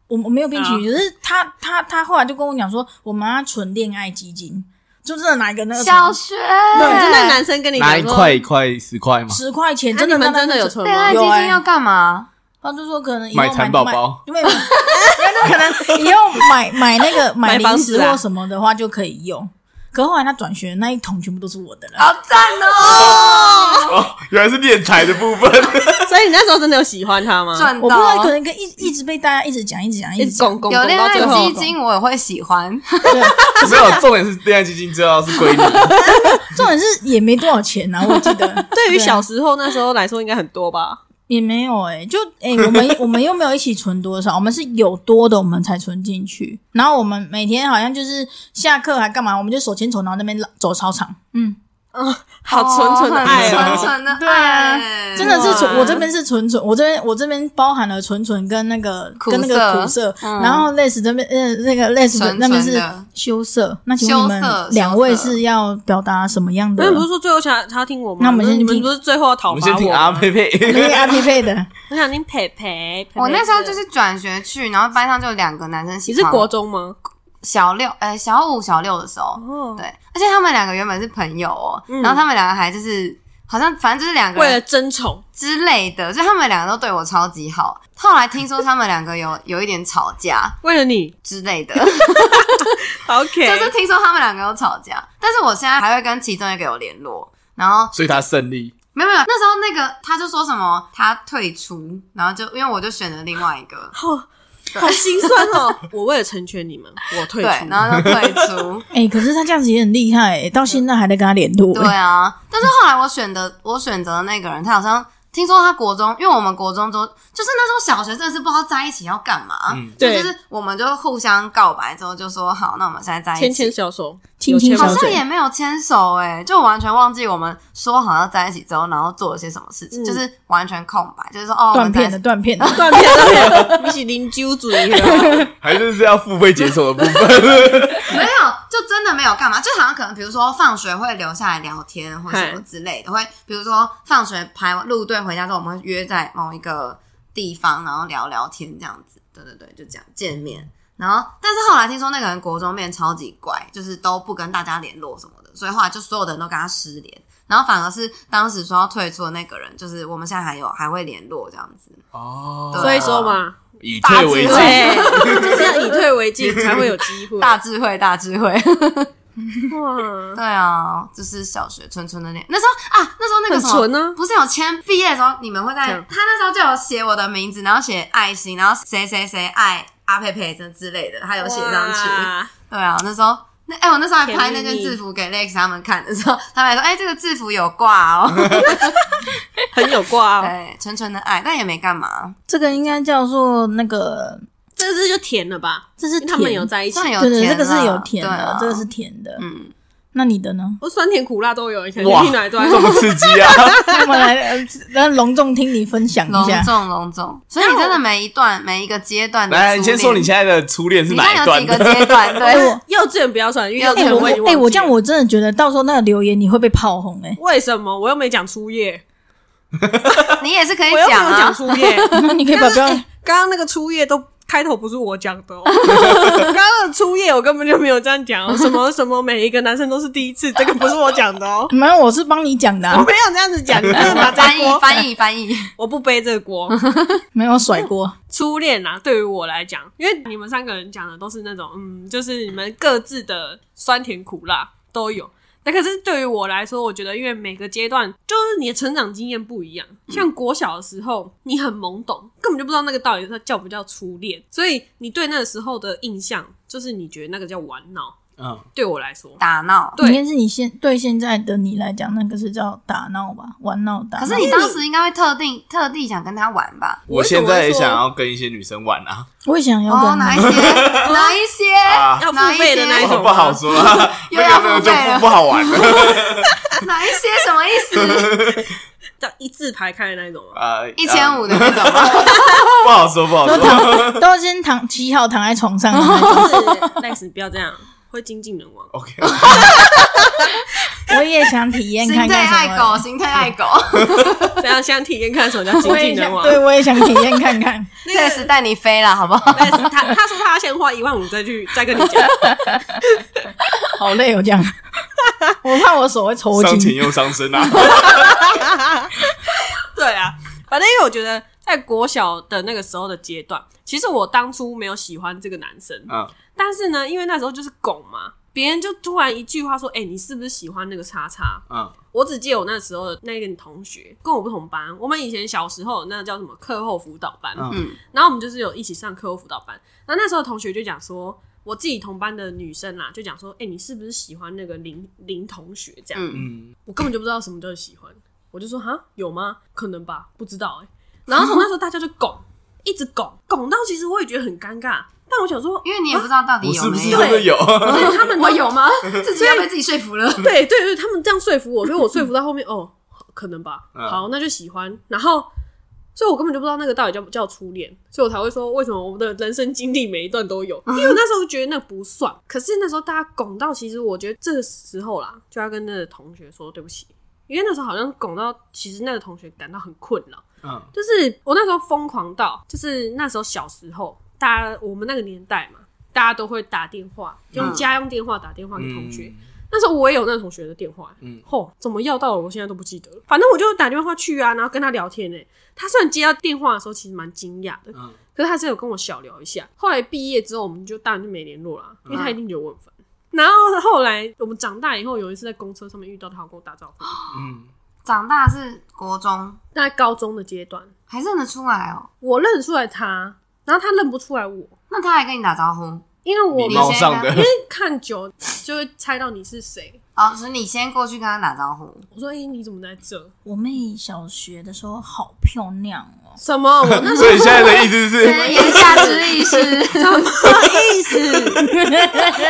S2: 我我没有变情侣，只是他他他后来就跟我讲说，我们要存恋爱基金，就真的拿一个那个
S4: 小学
S5: 对，真的男生跟你
S3: 拿
S5: 讲
S3: 一
S5: 说
S3: 块一块十块嘛，
S2: 十块钱，
S5: 啊
S2: 真的
S5: 你
S2: 那
S5: 们真的有，存
S4: 恋爱
S5: 吗？
S4: 基
S2: 有欸
S4: 金要干嘛？
S2: 那那他就说可能以后
S3: 买蚕宝宝，
S2: 买买因为可能以后买买那个
S5: 买
S2: 买
S5: 房
S2: 零食
S5: 子啊
S2: 或什么的话就可以用。可后来他转学那一桶全部都是我的了，
S4: 好赞哦！
S3: 哦，原来是敛财的部分，
S5: 所以你那时候真的有喜欢他吗？
S4: 赚
S2: 我不知道
S4: 到
S2: 可能跟一一直被大家一直讲一直讲一
S5: 一
S2: 直
S5: 直
S2: 讲，
S5: 拱拱
S4: 有
S5: 拱
S4: 恋
S5: 到
S4: 爱
S5: 最后
S4: 基，金，我也会喜欢。
S2: 对，
S3: 没有重点是恋爱基金知道是归你，
S2: 重点是也没多少钱呐、我记得
S5: 对于
S2: 啊
S5: 小时候那时候来说应该很多吧？
S2: 也没有哎、就哎、我们我们又没有一起存多少，我们是有多的我们才存进去。然后我们每天好像就是下课还干嘛，我们就手牵手，然后那边拉走操场。嗯，
S5: 好纯纯的
S4: 哦
S5: 爱
S4: 很
S5: 哦
S4: 纯，纯的
S2: 对啊
S4: 爱，
S5: 嗯
S2: 真的是纯，
S5: 哇
S2: 我这边是纯纯，我这边我这边包含了纯纯跟那个
S4: 苦
S2: 跟那个
S4: 涩
S2: 苦涩，
S4: 嗯
S2: 然后类似这边嗯、那个类似
S4: 纯纯
S2: 那边是
S4: 的
S2: 羞涩。那请问你
S4: 羞
S2: 们
S4: 涩
S2: 两位
S4: 羞涩嗯
S2: 是要表达什么样的
S4: 啊
S5: 那？不是说最后想他要听我吗？
S2: 那我
S5: 不
S2: 们
S5: 是
S2: 先
S5: 你们
S2: 听
S5: 不是最后要讨
S3: 我
S5: 伐
S3: 们先听
S5: 吗
S3: 阿佩佩，
S2: 因为哎阿 P 配 的，
S5: 我想听培培。
S4: 我那时候就
S5: 佩佩
S4: 是转学去，然后班上就有两个男生喜
S5: 你
S4: 欢
S5: 是
S4: 我
S5: 国中吗？
S4: 小六，呃，小五、小六的时候，
S5: 哦
S4: 对，，而且他们两个原本是朋友哦，
S5: 嗯
S4: 然后他们两个还就是好像反正就是两个
S5: 为了
S4: 人
S5: 争宠，
S4: 之类的，所以他们两个都对我超级好。后来听说他们两个有有一点吵架
S5: 为了你
S4: 之 类的，
S5: ，OK，
S4: 就是听说他们两个有吵架，但是我现在还会跟其中一个有联络。然后
S3: 所以他胜利。
S4: 没有没有，那时候那个他就说什么他退出，然后就因为我就选了另外一个，
S5: 好哦好心酸 哦。我为了成全你们，我退
S4: 对
S5: 出。，
S4: 然后就退出，
S2: 哎、可是他这样子也很厉害、欸，到现在还在跟他联络、欸。
S4: 对啊，但是后来我选的我选择的那个人，他好像听说他国中，因为我们国中都就是那时候小学真的是不知道在一起要干嘛，
S3: 嗯
S4: 就
S5: 对
S4: 就是我们就互相告白之后就说好，那我们现在在一起。
S5: 牵牵小手，
S2: 亲亲
S5: 有
S4: 好
S5: 牵
S2: 小
S5: 吗
S2: 手
S4: 像也没有牵手哎、就完全忘记我们说好要在一起之后，然后做了些什么事情，
S5: 嗯
S4: 就是完全空白，就是说哦，我
S2: 断
S4: 们在一
S2: 片的
S4: 起。
S2: 断片的，
S5: 断片断片，你是邻居主义哦。
S3: 还是是要付费解锁的部分，
S4: 没有，就真的没有干嘛，就好像可能比如说放学会留下来聊天或什么
S5: 嗨
S4: 之类的，会比如说放学排路队回家之后，我们会约在某一个地方，然后聊聊天这样子。对对对，就这样见面。然后，但是后来听说那个人国中变超级怪，就是都不跟大家联络什么的，所以后来就所有的人都跟他失联。然后反而是当时说要退出的那个人，就是我们现在还有还会联络这样子。
S3: 哦
S4: 对
S5: 所以说嘛，
S3: 以退为
S4: 大
S3: 进，
S5: 对，就是要以退为进才会有机会。
S4: 大智慧，大智慧。
S5: 哇，
S4: 对啊，就是小学纯纯的恋。那时候啊，那时候那个
S5: 很
S4: 什么，
S5: 纯啊，嗯
S4: 不是有签毕业的时候，你们会在
S5: 这样
S4: 他那时候就有写我的名字，然后写爱心，然后谁谁谁爱阿佩佩这之类的，他有写上去。
S5: 哇
S4: 对啊，那时候那哎、我那时候还拍那
S5: 甜蜜
S4: 件
S5: 蜜
S4: 制服给 Lex 他们看的时候，他们还说哎、这个制服有挂 哦。
S5: 很有挂哦。
S4: 对，纯纯的爱，但也没干嘛，
S2: 这个应该叫做那个，
S5: 这是就甜了吧？
S2: 这是
S5: 他们
S2: 甜
S5: 有在一起
S4: 算，有
S2: 对对，
S4: 甜
S2: 这
S4: 啦
S2: 个是有甜的，
S4: 对啊
S2: 这个是甜的。
S4: 嗯，
S2: 那你的呢？
S5: 我酸甜苦辣都有，以前
S3: 哇
S5: 听奶都还
S3: 这么刺激啊！
S2: 那我们来 呃让隆重听你分享
S4: 隆
S2: 一下。
S4: 重隆重。所以你真的每一段每一个阶段的初
S3: 来，
S4: 恋，
S3: 你先说你现在的初恋是
S4: 你
S3: 哪
S4: 看
S3: 一
S4: 有几
S3: 段
S4: 个
S3: 的？
S4: 阶段？ 对，
S5: 幼稚园不要算，因为幼稚
S4: 幼稚
S2: 哎、
S4: 园
S5: 园
S2: 我
S5: 我已经
S2: 哎、
S5: 忘记
S2: 我这样
S5: 了
S2: 我真的觉得到时候那个留言你会被炮轰哎、
S5: 为什么我又没讲初夜？
S4: 你也是可以
S5: 我又没
S4: 讲
S5: 有讲
S4: 啊。
S5: 初夜，
S2: 那你可以把不要
S5: 刚刚那个初夜都开头不是我讲的、哦，刚刚的初夜我根本就没有这样讲、哦，什么什么每一个男生都是第一次，这个不是我讲的哦，
S2: 没有，我是帮你讲的、
S5: 我
S2: 啊，
S5: 没有这样子讲，你不能把这
S4: 翻
S5: 个
S4: 译
S5: 锅，
S4: 翻译翻译，
S5: 我不背这个锅。
S2: 没有甩锅。
S5: 初恋啊，对于我来讲，因为你们三个人讲的都是那种，嗯，就是你们各自的酸甜苦辣都有。但可是对于我来说，我觉得因为每个阶段就是你的成长经验不一样，像国小的时候你很懵懂，根本就不知道那个到底它叫不叫初恋，所以你对那个时候的印象就是你觉得那个叫玩闹。
S3: 嗯，
S5: 对我来 说，
S4: 打闹。
S5: 对
S2: 应该是你现对现在的你来讲，那个是叫打闹吧，玩闹打闹。
S4: 可是你当时应该会特定特地想跟他玩吧？
S3: 我现在也想要跟一些女生玩啊，
S2: 我也想要
S4: 哦，
S2: 跟
S4: 哪
S2: 你
S4: 一些？哪一些？
S3: 啊，
S5: 要付费的那一
S4: 哪
S5: 种
S3: 不
S5: 吗
S3: 好说啊，
S4: 又
S3: 那
S4: 要
S3: 个那个
S4: 付费了
S3: 就不不好玩了，
S4: 哪一些？什么 意思？
S5: 叫一字排开的那种啊。
S3: 啊，
S4: 一千
S3: 五
S4: 五的那种 吗？
S3: 不好说，不好
S2: 都
S3: 说，
S2: 躺都先躺七号躺在床上的那种，
S5: 就是 Lex，不要这样，会精尽人亡。
S3: OK，
S2: 我也想体验
S4: 形
S2: 看
S4: 态
S2: 看
S4: 爱
S2: 什
S4: 狗，
S2: 么。
S4: 形态爱狗，
S5: 这样想体验看什么叫精
S2: 我也
S5: 尽人
S2: 想，
S5: 亡。
S2: 对我也想体验看看。
S5: 那
S4: 这
S5: 个
S4: 个时代你飞了，好不好？
S5: 但是他他说他要先花一万五再去再跟你讲，
S2: 好累哦，这样，我怕我手会抽
S3: 伤情
S2: 筋。
S3: 又伤身啊，
S5: 对啊，反正因为我觉得在国小的那个时候的阶段，其实我当初没有喜欢这个男生，
S3: 嗯，
S5: 但是呢，因为那时候就是拱嘛，别人就突然一句话说：“哎、你是不是喜欢那个叉叉？”
S3: 嗯，
S5: 我只记得我那时候的那个同学跟我不同班，我们以前小时候有那叫什么课后辅导班，
S3: 嗯
S4: 嗯，
S5: 然后我们就是有一起上课后辅导班，那那时候同学就讲说。我自己同班的女生啦，就讲说，哎、你是不是喜欢那个林林同学这样？
S4: 嗯，
S3: 嗯，
S5: 我根本就不知道什么叫喜欢，我就说哈有吗？可能吧，不知道哎、然后从那时候大家就拱，一直拱，拱到其实我也觉得很尴尬，但我想 说，
S4: 因为你也不知道到底
S3: 我
S4: 有
S3: 是不
S4: 没
S3: 是
S4: 有，
S3: 真的有？
S5: 对他们
S4: 我有吗？自己要被自己说服了。
S5: 对对对，他们这样说服我，所以我说服到后面，哦，可能吧，
S3: 嗯
S5: 好，那就喜欢。然后，所以我根本就不知道那个到底叫不叫初恋，所以我才会说为什么我们的人生经历每一段都有，因为我那时候觉得那不算。可是那时候大家拱到，其实我觉得这个时候啦，就要跟那个同学说对不起，因为那时候好像拱到，其实那个同学感到很困扰。
S3: 嗯
S5: 就是我那时候疯狂到，就是那时候小时候，大家我们那个年代嘛，大家都会打电话，用
S4: 嗯
S5: 家用电话打电话给同学。
S3: 嗯
S5: 那时候我也有那个同学的电话、
S3: 嗯
S5: 吼，怎么要到了？我现在都不记得了。反正我就打电话去啊，然后跟他聊天呢、他虽然接到电话的时候，其实蛮惊讶的，
S3: 嗯，
S5: 可是他是有跟我小聊一下。后来毕业之后，我们就当然就没联络啦，因为他一定觉得我很烦。然后后来我们长大以后，有一次在公车上面遇到他，我跟我打招呼，
S3: 嗯，
S4: 长大是国中，
S5: 大概高中的阶段，
S4: 还认得出来哦。
S5: 我认出来他，然后他认不出来我，
S4: 那他还跟你打招呼？
S5: 因为我
S3: 礼
S5: 们
S4: 你
S3: 貌上的
S5: 因为看久就会猜到你是谁。
S4: 哦，是你先过去跟他打招呼。
S5: 我说：“哎、你怎么在这？
S2: 我妹小学的时候好漂亮哦，
S5: 什么？我那时
S3: 所以现在的意思是，
S4: 言下之意 是，
S5: 什么意思？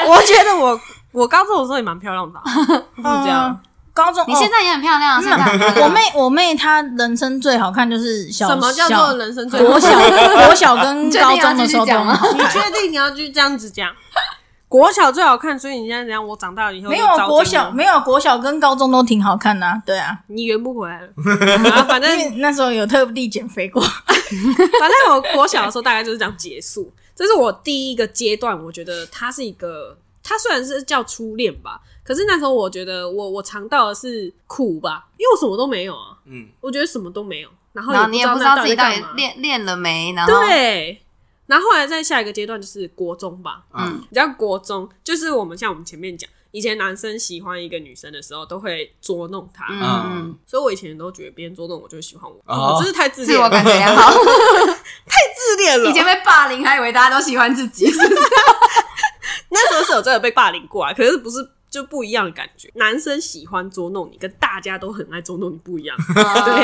S5: 我觉得我我高中的时候也蛮漂亮的啊、
S2: 是
S5: 这样。
S2: 嗯高中
S4: 你现在也很漂亮，现在很漂亮
S2: 哦我妹，我妹她人生最好看就是小
S5: 什么叫
S2: 小
S5: 做人生最
S2: 国小国小跟高中的时候
S4: 你确定要继续
S2: 都
S4: 讲吗
S5: 你确定你要就这样子讲？国小最好看，所以你现在怎样？我长大了以后
S2: 没
S5: 就
S2: 有啊
S5: 招
S2: 国
S5: 真
S2: 小
S5: 了
S2: 没有国小跟高中都挺好看的、啊，对啊，
S5: 你圆不回 来了。然后反
S2: 因
S5: 正
S2: 为那时候有特地减肥过，
S5: 反正我国小的时候大概就是这样结束，这是我第一个阶段。我觉得它是一个，它虽然是叫初恋吧，可是那时候我觉得我我尝到的是苦吧，因为我什么都没有啊，
S3: 嗯，
S5: 我觉得什么都没有，然后
S4: 然后你也不知道自己到
S5: 到底
S4: 底
S5: 在干嘛
S4: 练练了没，然后
S5: 对。然后后来在下一个阶段就是国中吧，
S3: 嗯
S5: 你知道国中就是我们像我们前面讲，以前男生喜欢一个女生的时候都会捉弄她，
S4: 嗯嗯
S3: 嗯，
S5: 所以我以前都觉得别人捉弄我就会喜欢我，
S3: 哦
S5: 我真是太自
S4: 嗯自
S5: 恋
S4: 我
S5: 了，
S4: 感觉良好。
S5: 自恋了。
S4: 以前被霸凌，还以为大家都喜欢自 己，是不是？
S5: 那时候是有真的被霸凌过啊，可是不是就不一样的感觉。男生喜欢捉弄你，跟大家都很爱捉弄你不一样。啊 对，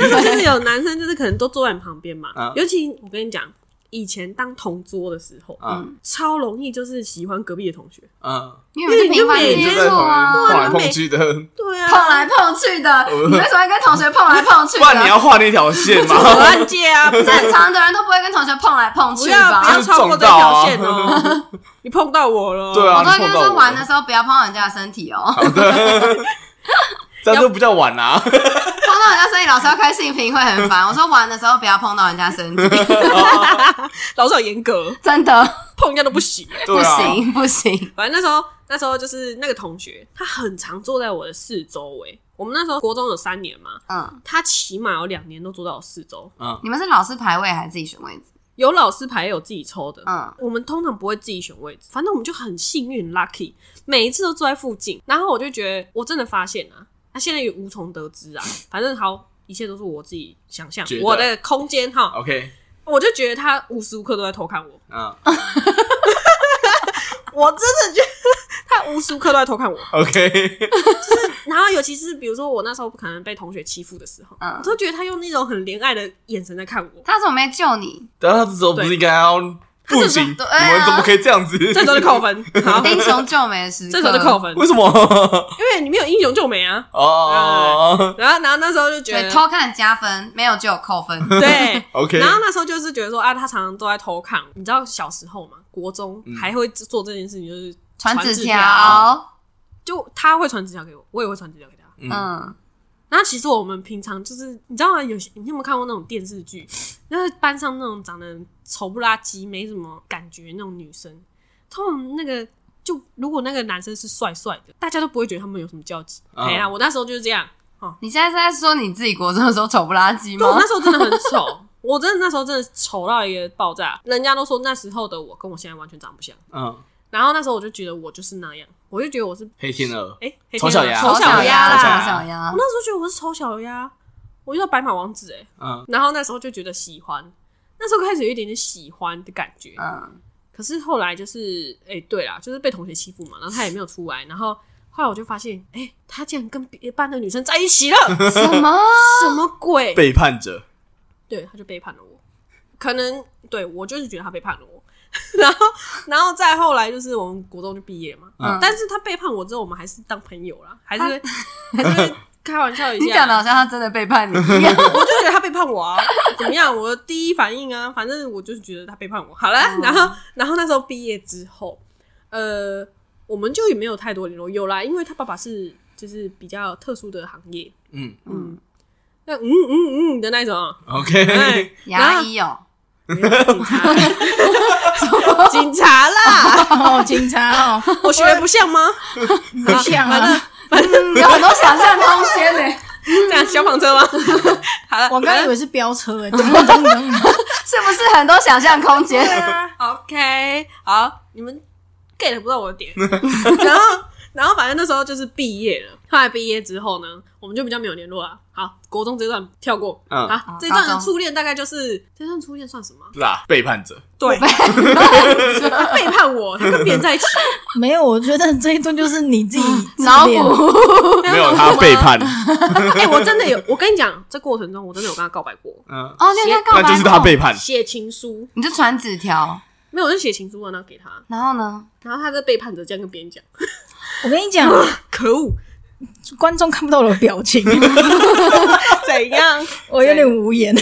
S5: 那时候就是有男生就是可能都坐在你旁边嘛，
S3: 嗯
S5: 尤其我跟你讲，以前当同桌的时候，
S3: 嗯
S5: 超容易就是喜欢隔壁的同学。
S3: 嗯，
S4: 因为你就频繁
S5: 因为你就
S4: 接
S3: 就在
S4: 触啊
S3: 旁，边
S5: 对
S3: 碰
S5: 啊
S3: 来碰去的，
S5: 对
S4: 碰
S5: 啊，
S4: 来碰去的，
S3: 我
S4: 你为什么要跟同学碰来碰去
S3: 不然你
S4: 的？
S3: 要画那条线嘛，
S5: 我按戒啊， 不是
S4: 正常的人都不会跟同学碰来碰
S5: 不
S4: 去
S5: 要不
S4: 吧
S5: 要？超过这条线哦、 你碰到我了，
S3: 啊对啊
S4: 我都会跟他
S3: 碰到
S4: 说，
S3: 我
S4: 玩的时候不要碰到人家的身体哦，碰
S3: 这样就不叫玩啦、
S4: 到人家身体，老师要开性评会很烦。我说玩的时候不要碰到人家 身体，
S5: 老师好严格，
S4: 真的
S5: 碰人家都不行。
S4: 不
S3: 对啊，
S4: 行不行。
S5: 反正那时候，那时候就是那个同学，他很常坐在我的四周围。我们那时候国中有三年嘛，
S4: 嗯，
S5: 他起码有两年都坐在我四周。
S3: 嗯，
S4: 你们是老师排位还是自己选位置？
S5: 有老师牌，也有自己抽的。
S4: 嗯，
S5: 我们通常不会自己选位置，反正我们就很幸运，lucky，每一次都坐在附近。然后我就觉得，我真的发现啊，他、现在也无从得知啊。反正好，一切都是我自己想象
S3: 觉，得
S5: 我的空间哈，
S3: OK，
S5: 我就觉得他无时无刻都在偷看我，
S3: 嗯
S5: 我真的觉得 他无时无刻都在偷看我。
S3: ，OK，
S5: 然后尤其是比如说我那时候可能被同学欺负的时候，
S4: 嗯
S5: 我都觉得他用那种很怜爱的眼神在看我。
S4: 他怎么没救你？
S3: 但他这时候不是应该要不行？你
S4: 对啊
S3: 们怎么可以这样子？
S5: 这时候就扣分，好，
S4: 英雄救美的时刻，
S5: 这时候就扣分，
S3: 为什么？
S5: 因为你没有英雄救美啊。
S3: 哦
S5: 然后，然后那时候就觉
S4: 对
S5: 得
S4: 偷看加分，没有就扣分。
S5: 对
S3: ，OK，
S5: 然后那时候就是觉得说啊，他常常都在偷看我。你知道小时候嘛，国中
S3: 嗯
S5: 还会做这件事情，就是
S4: 传
S5: 纸
S4: 纸条，
S5: 就他会传纸条给我，我也会传纸条给他。
S3: 嗯
S4: 嗯，
S5: 那其实我们平常就是，你知道吗？有些你有没有看过那种电视剧？那班上那种长得丑不拉几、没什么感觉那种女生，通常那个就如果那个男生是帅帅的，大家都不会觉得他们有什么交集。
S3: 嗯
S5: 哎呀、我那时候就是这样，
S4: 你现在是在说你自己国中的时候丑不拉几
S5: 对我
S4: 吗
S5: 那？时候真的很丑，我真的那时候真的丑到一个爆炸，人家都说那时候的我跟我现在完全长不像。
S3: 嗯，
S5: 然后那时候我就觉得我就是那样，我就觉得我是
S3: 黑天鹅，
S5: 哎、黑
S3: 丑
S5: 天鹅
S3: 小鸭
S5: 丑
S3: 丑小
S5: 小
S3: 鸭
S5: 鸭
S3: 丑
S5: 啦，
S4: 丑小鸭
S5: 我，那时候觉得我是丑小鸭，我遇到白马王子哎、
S3: 嗯，
S5: 然后那时候就觉得喜欢，那时候开始有一点点喜欢的感觉。
S4: 嗯，
S5: 可是后来就是，哎、对啦，就是被同学欺负嘛，然后他也没有出来，然后后来我就发现，哎、他竟然跟别班的女生在一起 了，
S4: 什么？
S5: 什么鬼？
S3: 背叛者，
S5: 对，他就背叛了我。可能对我就是觉得他背叛了我， 然后然后再后来就是我们国中就毕业嘛，
S3: 嗯
S5: 但是他背叛我之后，我们还是当朋友啦，还是会还是会开玩笑一下。
S4: 你讲的好像他真的背叛你一样。
S5: 我就觉得他背叛我啊，怎么样？我的第一反应啊，反正我就是觉得他背叛我。好了，然后然后那时候毕业之后，呃，我们就也没有太多联络。有啦，因为他爸爸是就是比较特殊的行业，
S3: 嗯
S4: 嗯，
S5: 那嗯嗯嗯的那种啊，
S3: ，OK，
S5: 哎
S4: 牙医哦，
S5: 警察，警察 啦！
S2: 哦，警察哦，
S5: 我学的不像吗？
S2: 不像啊！
S4: 有很多想象空间呢，
S5: 这样消防车吗？ 好了，
S2: 我刚以为是飙车哎，噔噔噔噔
S4: 是不是很多想象空间？
S5: 啊 OK，好，你们 get 不到我的点。然后，然后反正那时候就是毕业了。后来毕业之后呢，我们就比较没有联络了。好，国中这段跳过。
S3: 嗯
S5: 好
S4: 嗯，
S5: 这
S4: 高
S5: 段
S4: 中
S5: 初恋大概就是这段初恋算什么？
S3: 是啊，背 叛者，
S5: 对，他背叛我，他跟别人在一起，
S2: 没有，我觉得这一顿就是你自己自
S4: 脑
S2: 恋
S4: 补，
S3: 没有他背叛，
S5: 哎、我真的有，我跟你讲，这过程中我真的有跟他告白过，
S3: 嗯，
S4: 哦，你有在告白
S3: 那就是他
S4: 过
S3: 背叛，
S5: 写情书，
S4: 你就传纸条，
S5: 没有，我就写情书然啊后给他，
S4: 然后呢？
S5: 然后他在背叛着这样跟别人讲，
S2: 我跟你讲，
S5: 可 恶，
S2: 观众看不到我的表情，
S5: 怎 样？
S2: 我有点无言。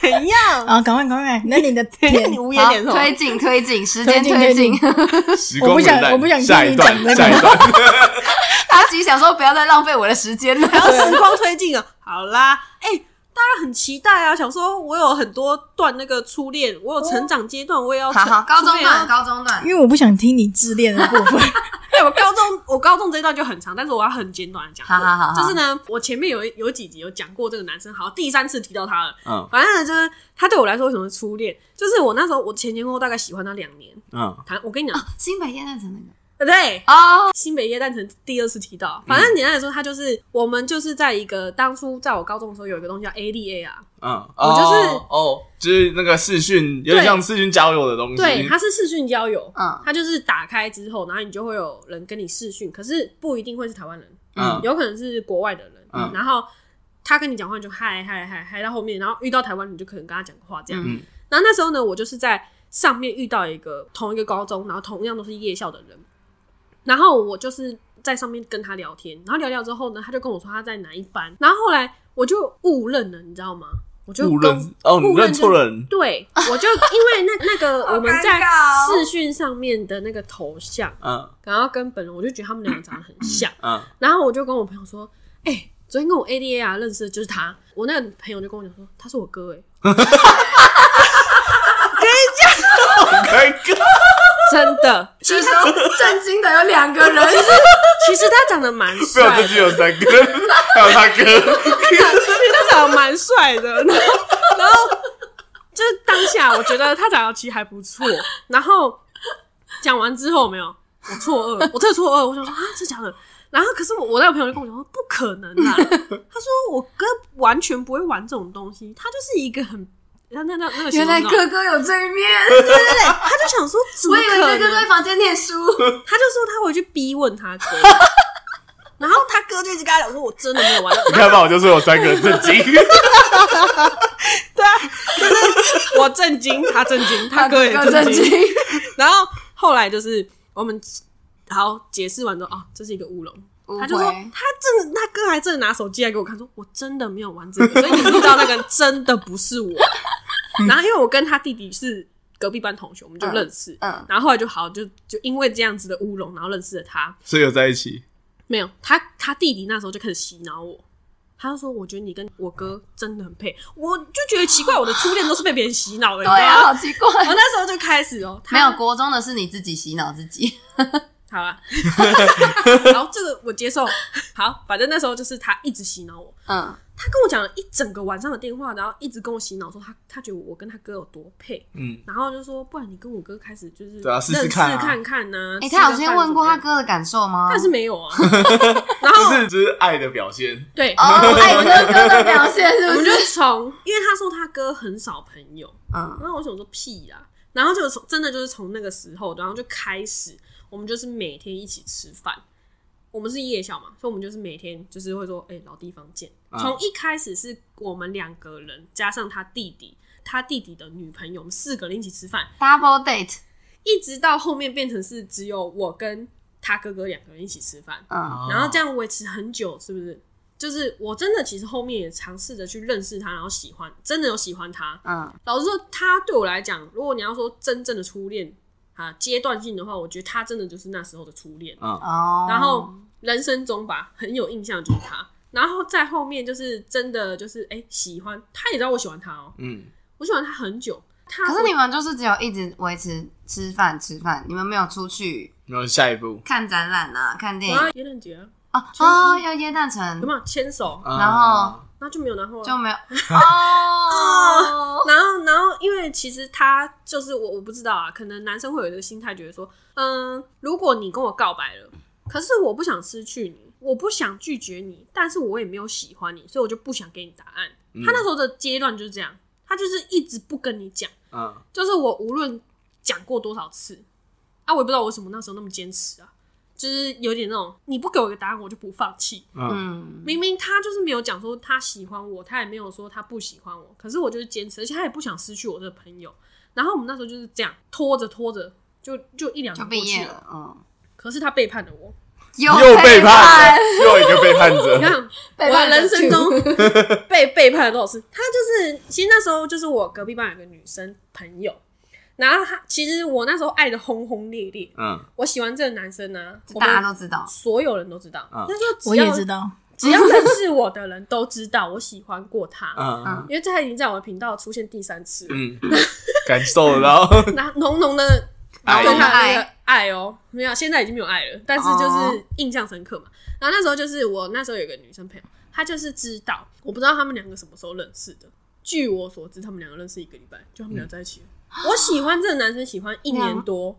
S5: 怎样？
S2: 啊，赶快赶快，那你的点
S5: 你无言
S4: 好
S5: 脸，
S4: 推进推进，时间推
S2: 推进
S4: 进。
S3: 时
S2: 我
S3: 光
S2: 不
S3: 回
S2: 想
S3: 弹
S2: 我不想听
S3: 下一
S2: 你
S3: 段
S2: 讲这，个
S3: 下一段，
S4: 他自己想说不要再浪费我的时间了。
S5: 然后时光推进了，好啦，哎、大家很期待啊，想说我有很多段那个初恋，我有成长阶段，我也要
S4: 好
S5: 成
S4: 好，哦高中段，
S5: 初恋啊
S4: 高中段
S2: 因，为我不想听你自恋的部分。
S5: 哎、我高中我高中这一段就很长，但是我要很简短的讲。
S4: 好好好好
S5: 就是呢，我前面有一有几集有讲过这个男生，好，第三次提到他了。
S3: 嗯
S5: 反正呢，就是他对我来说为什么是初恋，就是我那时候我前前后后大概喜欢他两年。
S3: 嗯
S5: 谈我跟你讲，
S4: 新北夜诞城那个
S5: 对不对？
S4: 啊哦，
S5: 新北夜诞城第二次提到，反正简单来说，他就是我们就是在一个当初在我高中的时候有一个东西叫 ADA 啊，
S3: 嗯，
S5: 我就是
S3: 哦哦，就是那个视讯，有点
S5: 对
S3: 像视讯交友的东西，
S5: 对，它是视讯交友，
S4: 嗯
S5: 它就是打开之后，然后你就会有人跟你视讯，可是不一定会是台湾人，
S3: 嗯
S5: 有可能是国外的人，
S3: 嗯
S5: 然后他跟你讲话你就嗨嗨嗨嗨到后面，然后遇到台湾人就可能跟他讲话这样。
S3: 嗯
S5: 然后那时候呢，我就是在上面遇到一个同一个高中，然后同样都是夜校的人，然后我就是在上面跟他聊天，然后聊聊之后呢，他就跟我说他在哪一班，然后后来我就误认了，你知道吗？我就
S3: 误
S5: 跟
S3: 认哦，你
S5: 误认
S3: 认
S5: 就
S3: 错人，
S5: 对，我就因为那那个
S4: 好
S5: 我们在
S4: 尴尬哦
S5: 视讯上面的那个头像，
S3: 嗯
S5: 然后跟本人，我就觉得他们两个长得很 像，
S3: 嗯
S5: 然后我就跟我朋友说，哎、昨天跟我 ADA 啊认识的就是他，我那个朋友就跟我讲说他是我哥、欸，
S3: ，OK，
S5: 真的，
S4: 其实震惊的有两个 人，
S5: 其实他长得蛮
S3: 没有
S5: 帅
S3: 自
S5: 的，
S3: 己有三哥， 还有他哥，
S5: 他长得蛮帅的，然后然后就是当下我觉得他长得其实还不错，然后讲完之后没有，我错愕，我真的错愕，我想说啊，这假的。然后可是我我那个朋友就跟我讲说不可能啦，他说我哥完全不会玩这种东西，他就是一个很那那那那个形
S4: 原
S5: 容
S4: 来
S5: 词
S4: 哥哥有这一面，
S5: 他就想说怎么
S4: 我以为
S5: 可
S4: 哥哥
S5: 能
S4: 在？房间念书，
S5: 他就说他回去逼问他哥， 然后他哥就一直跟他讲说我真的没有玩到，
S3: 你看吧，我就说有三个人震惊，
S5: 啊我震惊，他震惊，他哥也
S4: 哥震
S5: 惊
S4: 惊。，
S5: 然后后来就是我们好解释完之后，哦，这是一个乌龙。
S4: 误
S5: 他就说
S4: 会
S5: 他真的，他哥还真的拿手机来给我看，说我真的没有玩这个，所以你录到那个真的不是 我。然后因为我跟他弟弟是隔壁班同学，我们就认识。
S4: 嗯，
S5: 然后后来就好，就就因为这样子的乌龙，然后认识了他。
S3: 所以有在一起。
S5: 没有，他他弟弟那时候就开始洗脑我，他就说：“我觉得你跟我哥真的很配。”我就觉得奇怪，我的初恋都是被别人洗脑的，
S4: 对
S5: 你知道
S4: 啊，
S5: 吗
S4: 好奇怪。
S5: 我那时候就开始哦，他
S4: 没有国中的是你自己洗脑自己，
S5: 好 了，然后这个我接受。好，反正那时候就是他一直洗脑我，
S4: 嗯，
S5: 他跟我讲了一整个晚上的电话，然后一直跟我洗脑说他他觉得我跟他哥有多配，
S3: 嗯，
S5: 然后就说不然你跟我哥开始就是
S3: 对啊试试
S5: 认识
S3: 看啊
S5: 看看呐、
S4: 哎，
S5: 吃个
S4: 他有先
S5: 饭
S4: 问过
S5: 怎么
S4: 他
S5: 样，
S4: 哥的感受吗？
S5: 但是没 有啊。然
S3: 就
S5: 后
S3: 是就是爱的表现。
S5: 对，
S4: 哦，爱哥哥的表现
S5: 我
S4: 是不？
S5: 们就是从， 因为他说他哥很少朋友，
S4: 嗯，
S5: 然后我想说屁啦，然后就从真的就是从那个时候，然后就开始，我们就是每天一起吃饭。我们是夜校嘛，所以我们就是每天就是会说，哎、老地方见。
S3: 嗯
S5: 从一开始是我们两个人加上他弟弟，他弟弟的女朋友，我们四个人一起吃饭，
S4: double date，
S5: 一直到后面变成是只有我跟他哥哥两个人一起吃饭。
S4: 嗯
S5: 然后这样维持很久，是不是？就是我真的其实后面也尝试着去认识他，然后喜欢，真的有喜欢他。
S4: 嗯，
S5: 老实说，他对我来讲，如果你要说真正的初恋啊，阶段性的话，我觉得他真的就是那时候的初恋。
S3: 嗯，
S4: 哦，
S5: 然后人生中吧，很有印象就是他。然后在后面就是真的就是哎、喜欢他，也知道我喜欢他哦、
S3: 嗯，
S5: 我喜欢他很久。他
S4: 可是你们就是只有一直维持吃饭吃饭，你们没有出去
S3: 然后下一步，
S4: 看展览啊，看电
S5: 我
S4: 影
S5: 要耶诞节啊，
S4: 哦哦，要椰蛋城
S5: 有没有牵手？
S4: 然后
S5: 那就没有然后了。
S4: 就 没有哦，
S5: 然后，然后，因为其实他就是我，我不知道啊，可能男生会有这个心态，觉得说，嗯，如果你跟我告白了，可是我不想失去你，我不想拒绝你，但是我也没有喜欢你，所以我就不想给你答案。
S3: 嗯
S5: 他那时候的阶段就是这样，他就是一直不跟你讲，
S3: 嗯，
S5: 就是我无论讲过多少次，啊，我也不知道为什么那时候那么坚持啊，就是有点那种你不给我一个答案，我就不放弃。
S3: 嗯
S4: 嗯，
S5: 明明他就是没有讲说他喜欢我，他也没有说他不喜欢我，可是我就是坚持，而且他也不想失去我这个朋友。然后我们那时候就是这样拖着拖着，就就一两
S4: 就
S5: 年过
S4: 毕
S5: 去
S4: 业
S5: 了。
S4: 了，嗯，
S5: 可是他背叛了 我，
S4: 又
S3: 又背
S4: 背
S3: 叛，了，又一个 背叛
S5: 你
S3: 者。
S5: 看
S4: 背
S5: 我
S4: 叛
S5: 人
S4: 者
S5: 生
S4: 去
S5: 中被背叛了多少次？他就是，其实那时候就是我隔壁班有个女生朋友，然后她其实我那时候爱的轰轰烈烈，
S3: 嗯，
S5: 我喜欢这个男生呢、我
S4: 大家
S5: 们
S4: 都知道，
S5: 所有人都知道，
S3: 嗯
S5: 那时候只
S2: 我
S5: 要
S2: 也知道，
S5: 只要认识我的人都知道我喜欢过他，
S3: 嗯
S5: 因为这他已经在我的频道出现第三次了，
S3: 嗯，感受 得到。哎
S5: 那浓浓的
S3: 爱
S5: 对他
S4: 爱哦
S5: 的那个爱哦，没有，现在已经没有爱了，但是就是印象深刻嘛。然后那时候就是我那时候有一个女生朋友，她就是知道，我不知道他们两个什么时候认识的。据我所知，他们两个认识一个礼拜，就他们俩在一起了。我喜欢这个男生，喜欢一年多，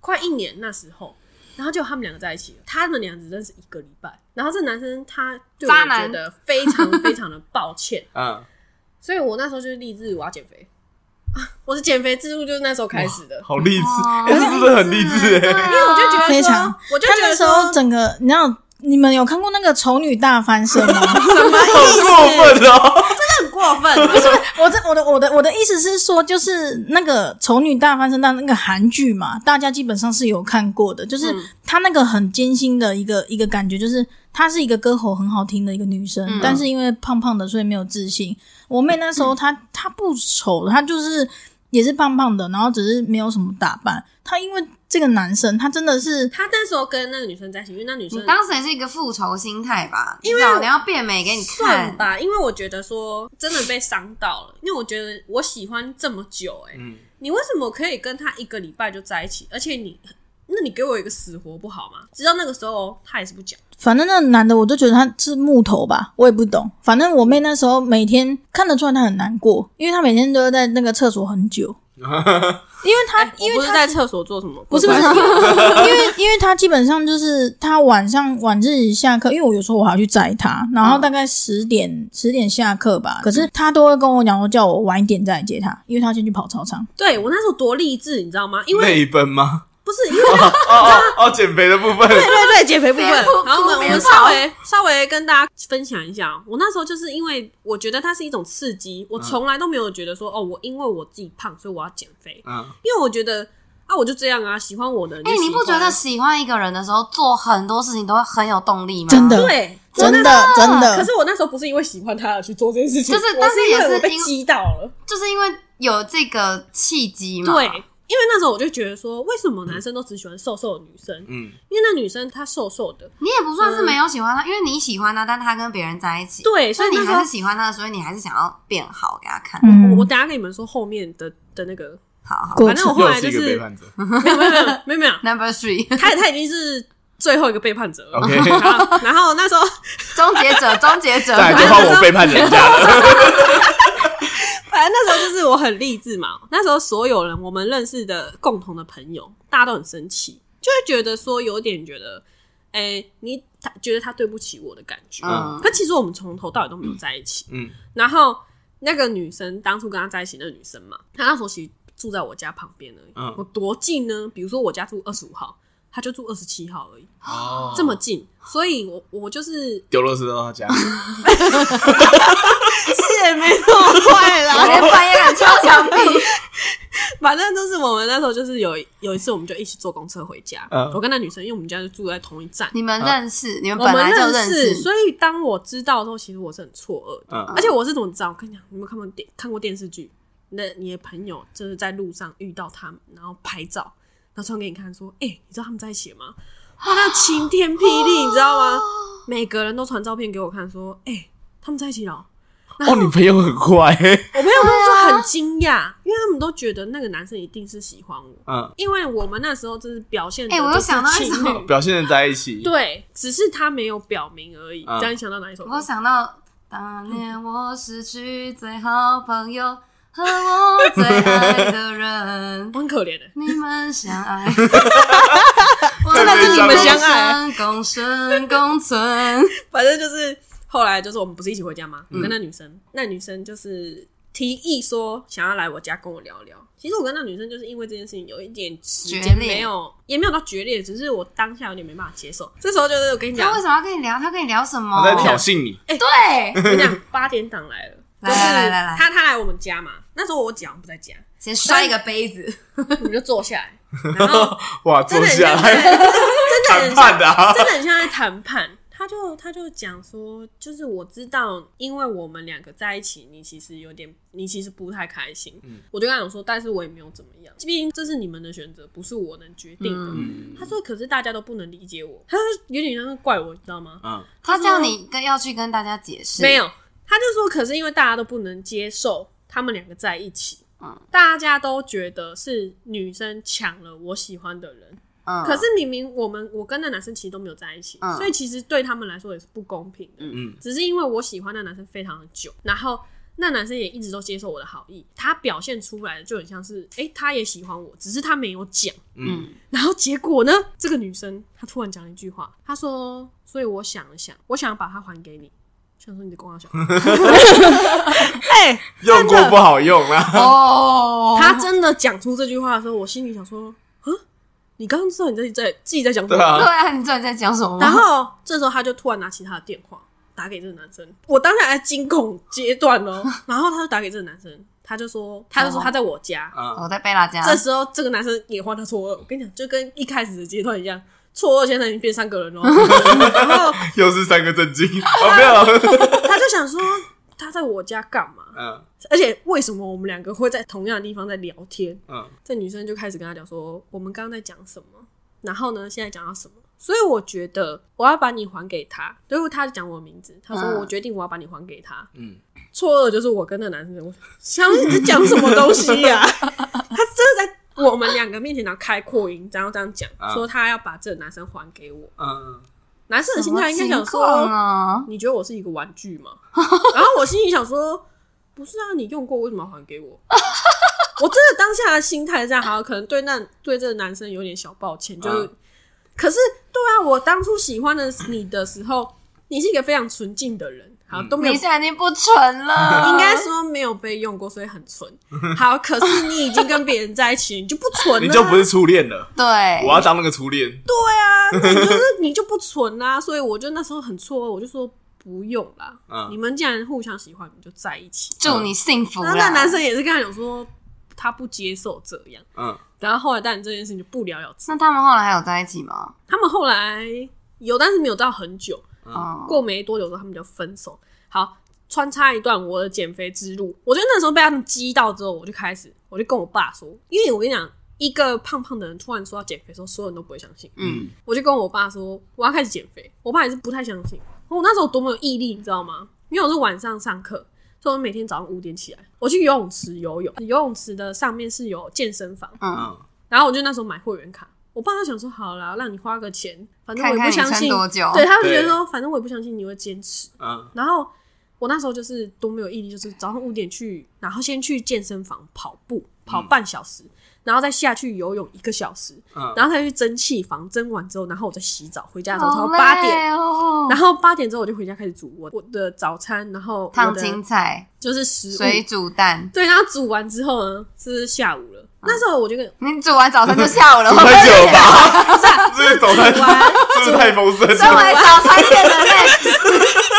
S5: 快一年那时候，然后就他们两个在一起了。他们俩只认识一个礼拜，然后这男生他对我
S4: 渣
S5: 觉
S4: 男
S5: 得非常非常的抱歉，
S3: 嗯，
S5: 所以我那时候就是立志我要减肥啊，我的减肥之路就是那时候开始的。
S3: 好励志，
S4: 哦
S3: 哎，这真的很励 志
S4: 对
S3: 哎。
S4: 啊
S5: 因为我就觉得说
S2: 非常，
S5: 我就
S2: 他
S5: 觉
S2: 那
S5: 得
S2: 时
S5: 说，
S2: 候整个，你知道，你们有看过那个《丑女大翻身》 吗？
S3: 好过分哦！
S5: 很过分，不是
S2: 我这我的我的我的意思是说，就是那个《丑女大翻身》那那个韩剧嘛，大家基本上是有看过的，就是
S5: 嗯
S2: 她那个很艰辛的一个一个感觉，就是她是一个歌喉很好听的一个女生，
S4: 嗯
S2: 但是因为胖胖的，所以没有自信。我妹那时候 她她不丑，她就是也是胖胖的，然后只是没有什么打扮。她因为这个男生，她真的是
S5: 他那时候跟那个女生在一起，因为那女
S4: 你
S5: 生
S4: 当时也是一个复仇心态吧？
S5: 因为
S4: 你知道你要变美给你
S5: 算
S4: 看，
S5: 吧，因为我觉得说真的被伤到了，因为我觉得我喜欢这么久、欸，哎、
S3: 嗯
S5: 你为什么可以跟他一个礼拜就在一起？而且你那你给我一个死活不好吗？直到那个时候哦他也是不讲。
S2: 反正那男的，我就觉得他是木头吧，我也不懂。反正我妹那时候每天看得出来她很难过，因为她每天都在那个厕所很久，因为她、
S5: 哎
S2: 因
S5: 我
S2: 为
S5: 不是
S2: 她
S5: 在厕所做什么，
S2: 不是不是，因为 因为他基本上就是他晚上晚自习下课，因为我有时候我还要去载他，然
S5: 嗯
S2: 后大概十点十、点下课吧，可是他都会跟我讲说叫我晚一点再来接他，因为他先去跑操场。
S5: 对我那时候多励志，你知道吗？因为
S3: 内奔吗？
S5: 不是因为对
S3: 哦哦哦，减肥的部分，
S5: 对对，减肥部分。
S4: 别哭
S5: 然后我们我
S4: 别
S5: 们
S4: 哭
S5: 稍微稍微跟大家分享一下，我那时候就是因为我觉得它是一种刺激，我从来都没有觉得说哦，我因为我自己胖，所以我要减肥，
S3: 嗯，
S5: 因为我觉得啊，我就这样啊，喜欢我的人就
S4: 哎、
S5: 喜欢。
S4: 你不觉得喜欢一个人的时候，做很多事情都会很有动力吗？
S2: 真的
S5: 对？
S2: 真的真的，
S5: 可是我那时候不是因为喜欢他而去做这件事情，
S4: 就是
S5: 我
S4: 但是
S5: 因
S4: 也
S5: 为
S4: 是
S5: 我被
S4: 因为
S5: 激到了。
S4: 就是因为有这个契机嘛。
S5: 对，因为那时候我就觉得说，为什么男生都只喜欢瘦瘦的女生？
S3: 嗯，
S5: 因为那女生她瘦瘦的，
S4: 你也不算是没有喜欢他，因为你喜欢他，但他跟别人在一起，，
S5: 嗯对，所
S4: 所
S5: 以
S4: 以
S5: 那
S4: 你
S5: 时候
S4: 还是喜欢他的，所以你还是想要变好给他看。
S5: 我我
S2: 嗯，
S5: 等一下跟你们说后面的的那个，
S4: 好好
S2: 过
S5: 反正我后
S3: 又
S5: 来就
S3: 是一个背
S5: 是嗯
S3: 叛者。
S5: 没有没有没有没有没有，
S4: ，Number Three，
S5: 他他已经是最后一个背叛者了。
S3: OK
S5: 好然后那时候
S4: 终结者，终结者，
S3: 再来就换我背叛人家了。
S5: 反正那时候就是我很励志嘛，那时候所有人我们认识的共同的朋友，大家都很生气，就会觉得说有点觉得，哎、你他觉得他对不起我的感觉。
S4: 嗯
S5: 可其实我们从头到尾都没有在一起。
S3: 嗯
S5: 然后那个女生当初跟他在一起，那个女生嘛，她那时候其实住在我家旁边而已。
S3: 嗯
S5: 我多近呢？比如说我家住二十五号，她就住二十七号而已，
S3: 哦
S5: 这么近。所以我我就是
S3: 丢垃圾 到他家，
S5: 是也没那么坏
S4: 我连半夜敢敲墙壁，
S5: 反正就是我们那时候就是有有一次，我们就一起坐公车回家。
S3: 嗯
S5: 我跟那女生，因为我们家就住在同一站，
S4: 你们认识，你们
S5: 我
S4: 本
S5: 们
S4: 来就
S5: 认
S4: 识，
S5: 所以当我知道的时候，其实我是很错愕的。
S3: 嗯
S5: 而且我是怎么知道？我跟你讲，你有没有看过电看过电视剧？那你的朋友就是在路上遇到他们，然后拍照，然后传给你看，说：“哎、你知道他们在一起了吗？”
S4: 啊
S5: 哇，那晴天霹雳，你知道吗？每个人都传照片给我看，说：“哎、他们在一起了哦。”
S3: 哦，你朋友很快，
S5: 我朋友都说很惊讶，因为他们都觉得那个男生一定是喜欢我。
S3: 嗯，
S5: 因为我们那时候就是表现的，
S4: 哎我又想到一
S5: 情
S4: 首
S5: 侣，
S3: 哦表现的在一起，
S5: 对，只是他没有表明而已。
S3: 嗯
S5: 这样你想到哪一首歌
S4: 我？想到当年我失去最好朋友和我最爱的人
S5: 我，很可怜的、
S4: 你们相 爱，
S3: 真的是你们
S5: 相爱，
S4: 共生共 存。
S5: 反正就是后来就是我们不是一起回家吗？我跟那女生，那女生就是提议说想要来我家跟我聊聊。其实我跟那女生就是因为这件事情有一点时间
S4: 决裂
S5: 没有，也没有到决裂，只是我当下有点没办法接受。这时候就是我跟你讲
S4: 他 为，什么要跟你聊？他跟你聊什么
S5: 啊
S3: 他？在挑衅你，
S4: 对，
S5: 我跟你讲，八点档来了，
S4: 来
S5: 就是
S4: 来来来来
S5: 他他来我们家嘛，那时候我姐好像不在 家，
S4: 先摔一个杯子，
S5: 我们就坐下 来，然后
S3: 哇，
S5: 真
S3: 坐
S5: 的很
S3: 下
S5: 像在，
S3: 来
S5: 真的很像
S3: 谈判的啊，
S5: 真的很像在谈判。他就他就讲说，就是我知道，因为我们两个在一起，你其实有点，你其实不太开心。
S3: 嗯
S5: 我就跟他讲说，但是我也没有怎么样，毕竟这是你们的选择，不是我能决定的。
S4: 嗯，
S3: 嗯
S5: 他说，可是大家都不能理解我，他就有点像是怪我，你知道吗？
S3: 嗯
S4: 他叫你跟要去跟大家解释，
S5: 没有，他就说，可是因为大家都不能接受他们两个在一起，
S4: 嗯
S5: 大家都觉得是女生抢了我喜欢的人，
S4: 嗯，
S5: 可是明明我们我跟那男生其实都没有在一起，
S4: 嗯
S5: 所以其实对他们来说也是不公平的。
S3: 嗯
S5: 只是因为我喜欢那男生非常的久，然后那男生也一直都接受我的好意，他表现出来的就很像是，哎、他也喜欢我，只是他没有讲。
S3: 嗯，
S5: 然后结果呢，这个女生她突然讲了一句话，她说：“所以我想了想，我想把它还给你。”想说你的光 小，
S3: 用过不好用啊，
S4: 哦，
S5: 她真的讲出这句话的时候，我心里想说：“啊，你刚刚知道你自己在自己在讲什
S3: 对
S5: 么？”
S4: 对
S3: 啊，
S4: 啊，你知道你在讲什么吗？
S5: 然后这时候他就突然拿起他的电话打给这个男生，我当下还在惊恐阶段 哦。然后他就打给这个男生，他就说，哎他就说他在我家。
S3: 嗯
S4: 哦我在贝拉家，
S5: 这时候这个男生也换他错愕，我跟你讲，就跟一开始的阶段一样，错愕现在已经变三个 人喽。哦然后
S3: 又是三个震惊，哦没有，
S5: 他就想说。他在我家干嘛？
S3: 嗯
S5: 而且为什么我们两个会在同样的地方在聊天？
S3: 嗯
S5: 这女生就开始跟他讲说，我们刚刚在讲什么，然后呢，现在讲到什么。所以我觉得我要把你还给他，最后他讲我的名字，他说
S4: 嗯
S5: 我决定我要把你还给他。
S3: 嗯，
S5: 错愕的就是我跟那男生，我想你在讲什么东西呀、他真的在我们两个面前，然后开扩音，然后这样讲
S4: 嗯
S3: 啊，
S5: 说他要把这个男生还给我。
S3: 嗯，
S5: 男生的心态应该想说，
S4: 啊，
S5: 你觉得我是一个玩具吗？然后我心里想说，不是啊，你用过为什么要还给我？ 我真的当下的心态是这样，好，可能对那对这个男生有点小抱歉，就是，
S3: 嗯
S5: 可是对啊，我当初喜欢的你的时候，你是一个非常纯净的人，好
S3: 嗯
S5: 都没有
S4: 你现在已经不纯了，
S5: 应该说没有被用过，所以很纯。好，可是你已经跟别人在一起，你就不纯了啊，
S3: 你就不是初恋了，
S4: 对，
S3: 我要当那个初恋，
S5: 你就是你就不纯啦、所以我就那时候很错愕，我就说不用啦。
S3: 嗯
S5: 你们既然互相喜欢，你们就在一起。
S4: 祝你幸福
S5: 那那
S4: 啦。
S5: 男生也是跟他讲说他不接受这样，
S3: 嗯，
S5: 然后后来当然这件事情就不了了之。
S4: 那他们后来还有在一起吗？
S5: 他们后来有，但是没有到很久，
S4: 嗯，
S5: 过没多久之后他们就分手。好，穿插一段我的减肥之路，我觉得那时候被他们激到之后，我就开始我就跟我爸说，因为我跟你讲，一个胖胖的人突然说要减肥的时候，所有人都不会相信。
S4: 嗯，
S5: 我就跟我爸说我要开始减肥，我爸也是不太相信。我那时候多么有毅力，你知道吗？因为我是晚上上课，所以我每天早上五点起来，我去游泳池游泳，游泳池的上面是有健身房，
S4: 嗯，
S3: 嗯，
S5: 然后我就那时候买会员卡。我爸就想说，好啦，让你花个钱，反正我也
S4: 看看
S5: 不
S4: 你
S5: 相
S4: 撑
S5: 信，
S4: 多久。
S5: 对他们觉得
S3: 对
S5: 说，反正我也不相信你会坚持。
S3: 嗯，
S5: 然后我那时候就是多么有毅力，就是早上五点去，然后先去健身房跑步，跑半小时，然后再下去游泳一个小时，
S3: 嗯，
S5: 然后再去蒸汽房，蒸完之后，然后我再洗澡，回家的时候差
S4: 好
S5: 不多八点。
S4: 累哦，
S5: 然后八点之后我就回家开始煮我我的早餐，然后我的
S4: 烫青菜、
S5: 就是食物，
S4: 水煮蛋，
S5: 对，然后煮完之后呢是下午了。那时候我就跟
S4: 你煮完早餐就下午了，
S3: 煮
S4: 会不会
S3: 太久
S4: 有
S3: 了
S4: 点
S3: 吧？这个 早
S4: 嗯
S3: 餐
S5: 煮完
S3: 是不是太丰盛
S4: 身
S3: 了？
S4: 为早餐店的妹，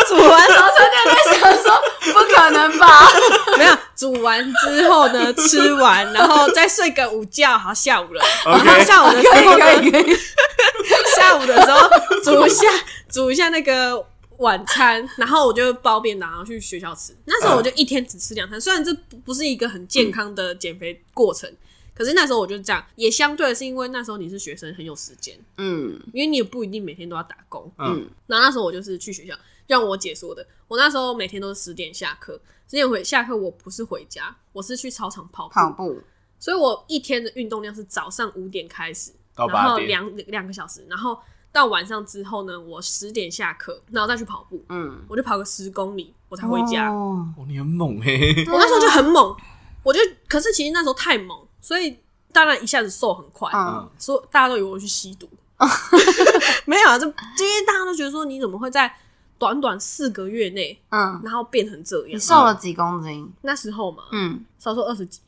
S5: 煮完
S4: 早餐店在想说，不可能吧？
S5: 没有煮完之后呢吃完，然后再睡个午觉，好下午了。
S3: OK
S5: 然后下午的时
S4: 可以
S5: 候呢，
S4: 可以可以，
S5: 下午的时候煮一 下煮一下那个晚餐，然后我就包便当，然后去学校吃。那时候我就一天只吃两餐，虽然这不不是一个很健康的减肥过程，可是那时候我就这样，也相对的是因为那时候你是学生，很有时间，
S4: 嗯
S5: 因为你也不一定每天都要打工。
S3: 嗯，
S5: 然后那时候我就是去学校，让我姐说的，我那时候每天都是十点下课，十点回下课我不是回家，我是去操场跑步，
S4: 跑步，
S5: 所以我一天的运动量是早上五点开始，
S3: 到
S5: 然
S3: 八
S5: 后
S3: 点，
S5: 两两个小时，然后到晚上之后呢，我十点下课，然后再去跑步，
S4: 嗯，
S5: 我就跑个十公里，我才回家。
S4: 哦
S3: 哦，你很猛嘿，
S5: 我那时候就很猛，我就可是其实那时候太猛，所以当然一下子瘦很快，
S4: 嗯
S5: 所以大家都以为我去吸毒。 没有啊，这因为大家都觉得说你怎么会在短短四个月内，
S4: 嗯，
S5: 然后变成这
S4: 你
S5: 样？
S4: 瘦了几公斤？
S5: 那时候嘛，
S4: 嗯，
S5: 少说二十几，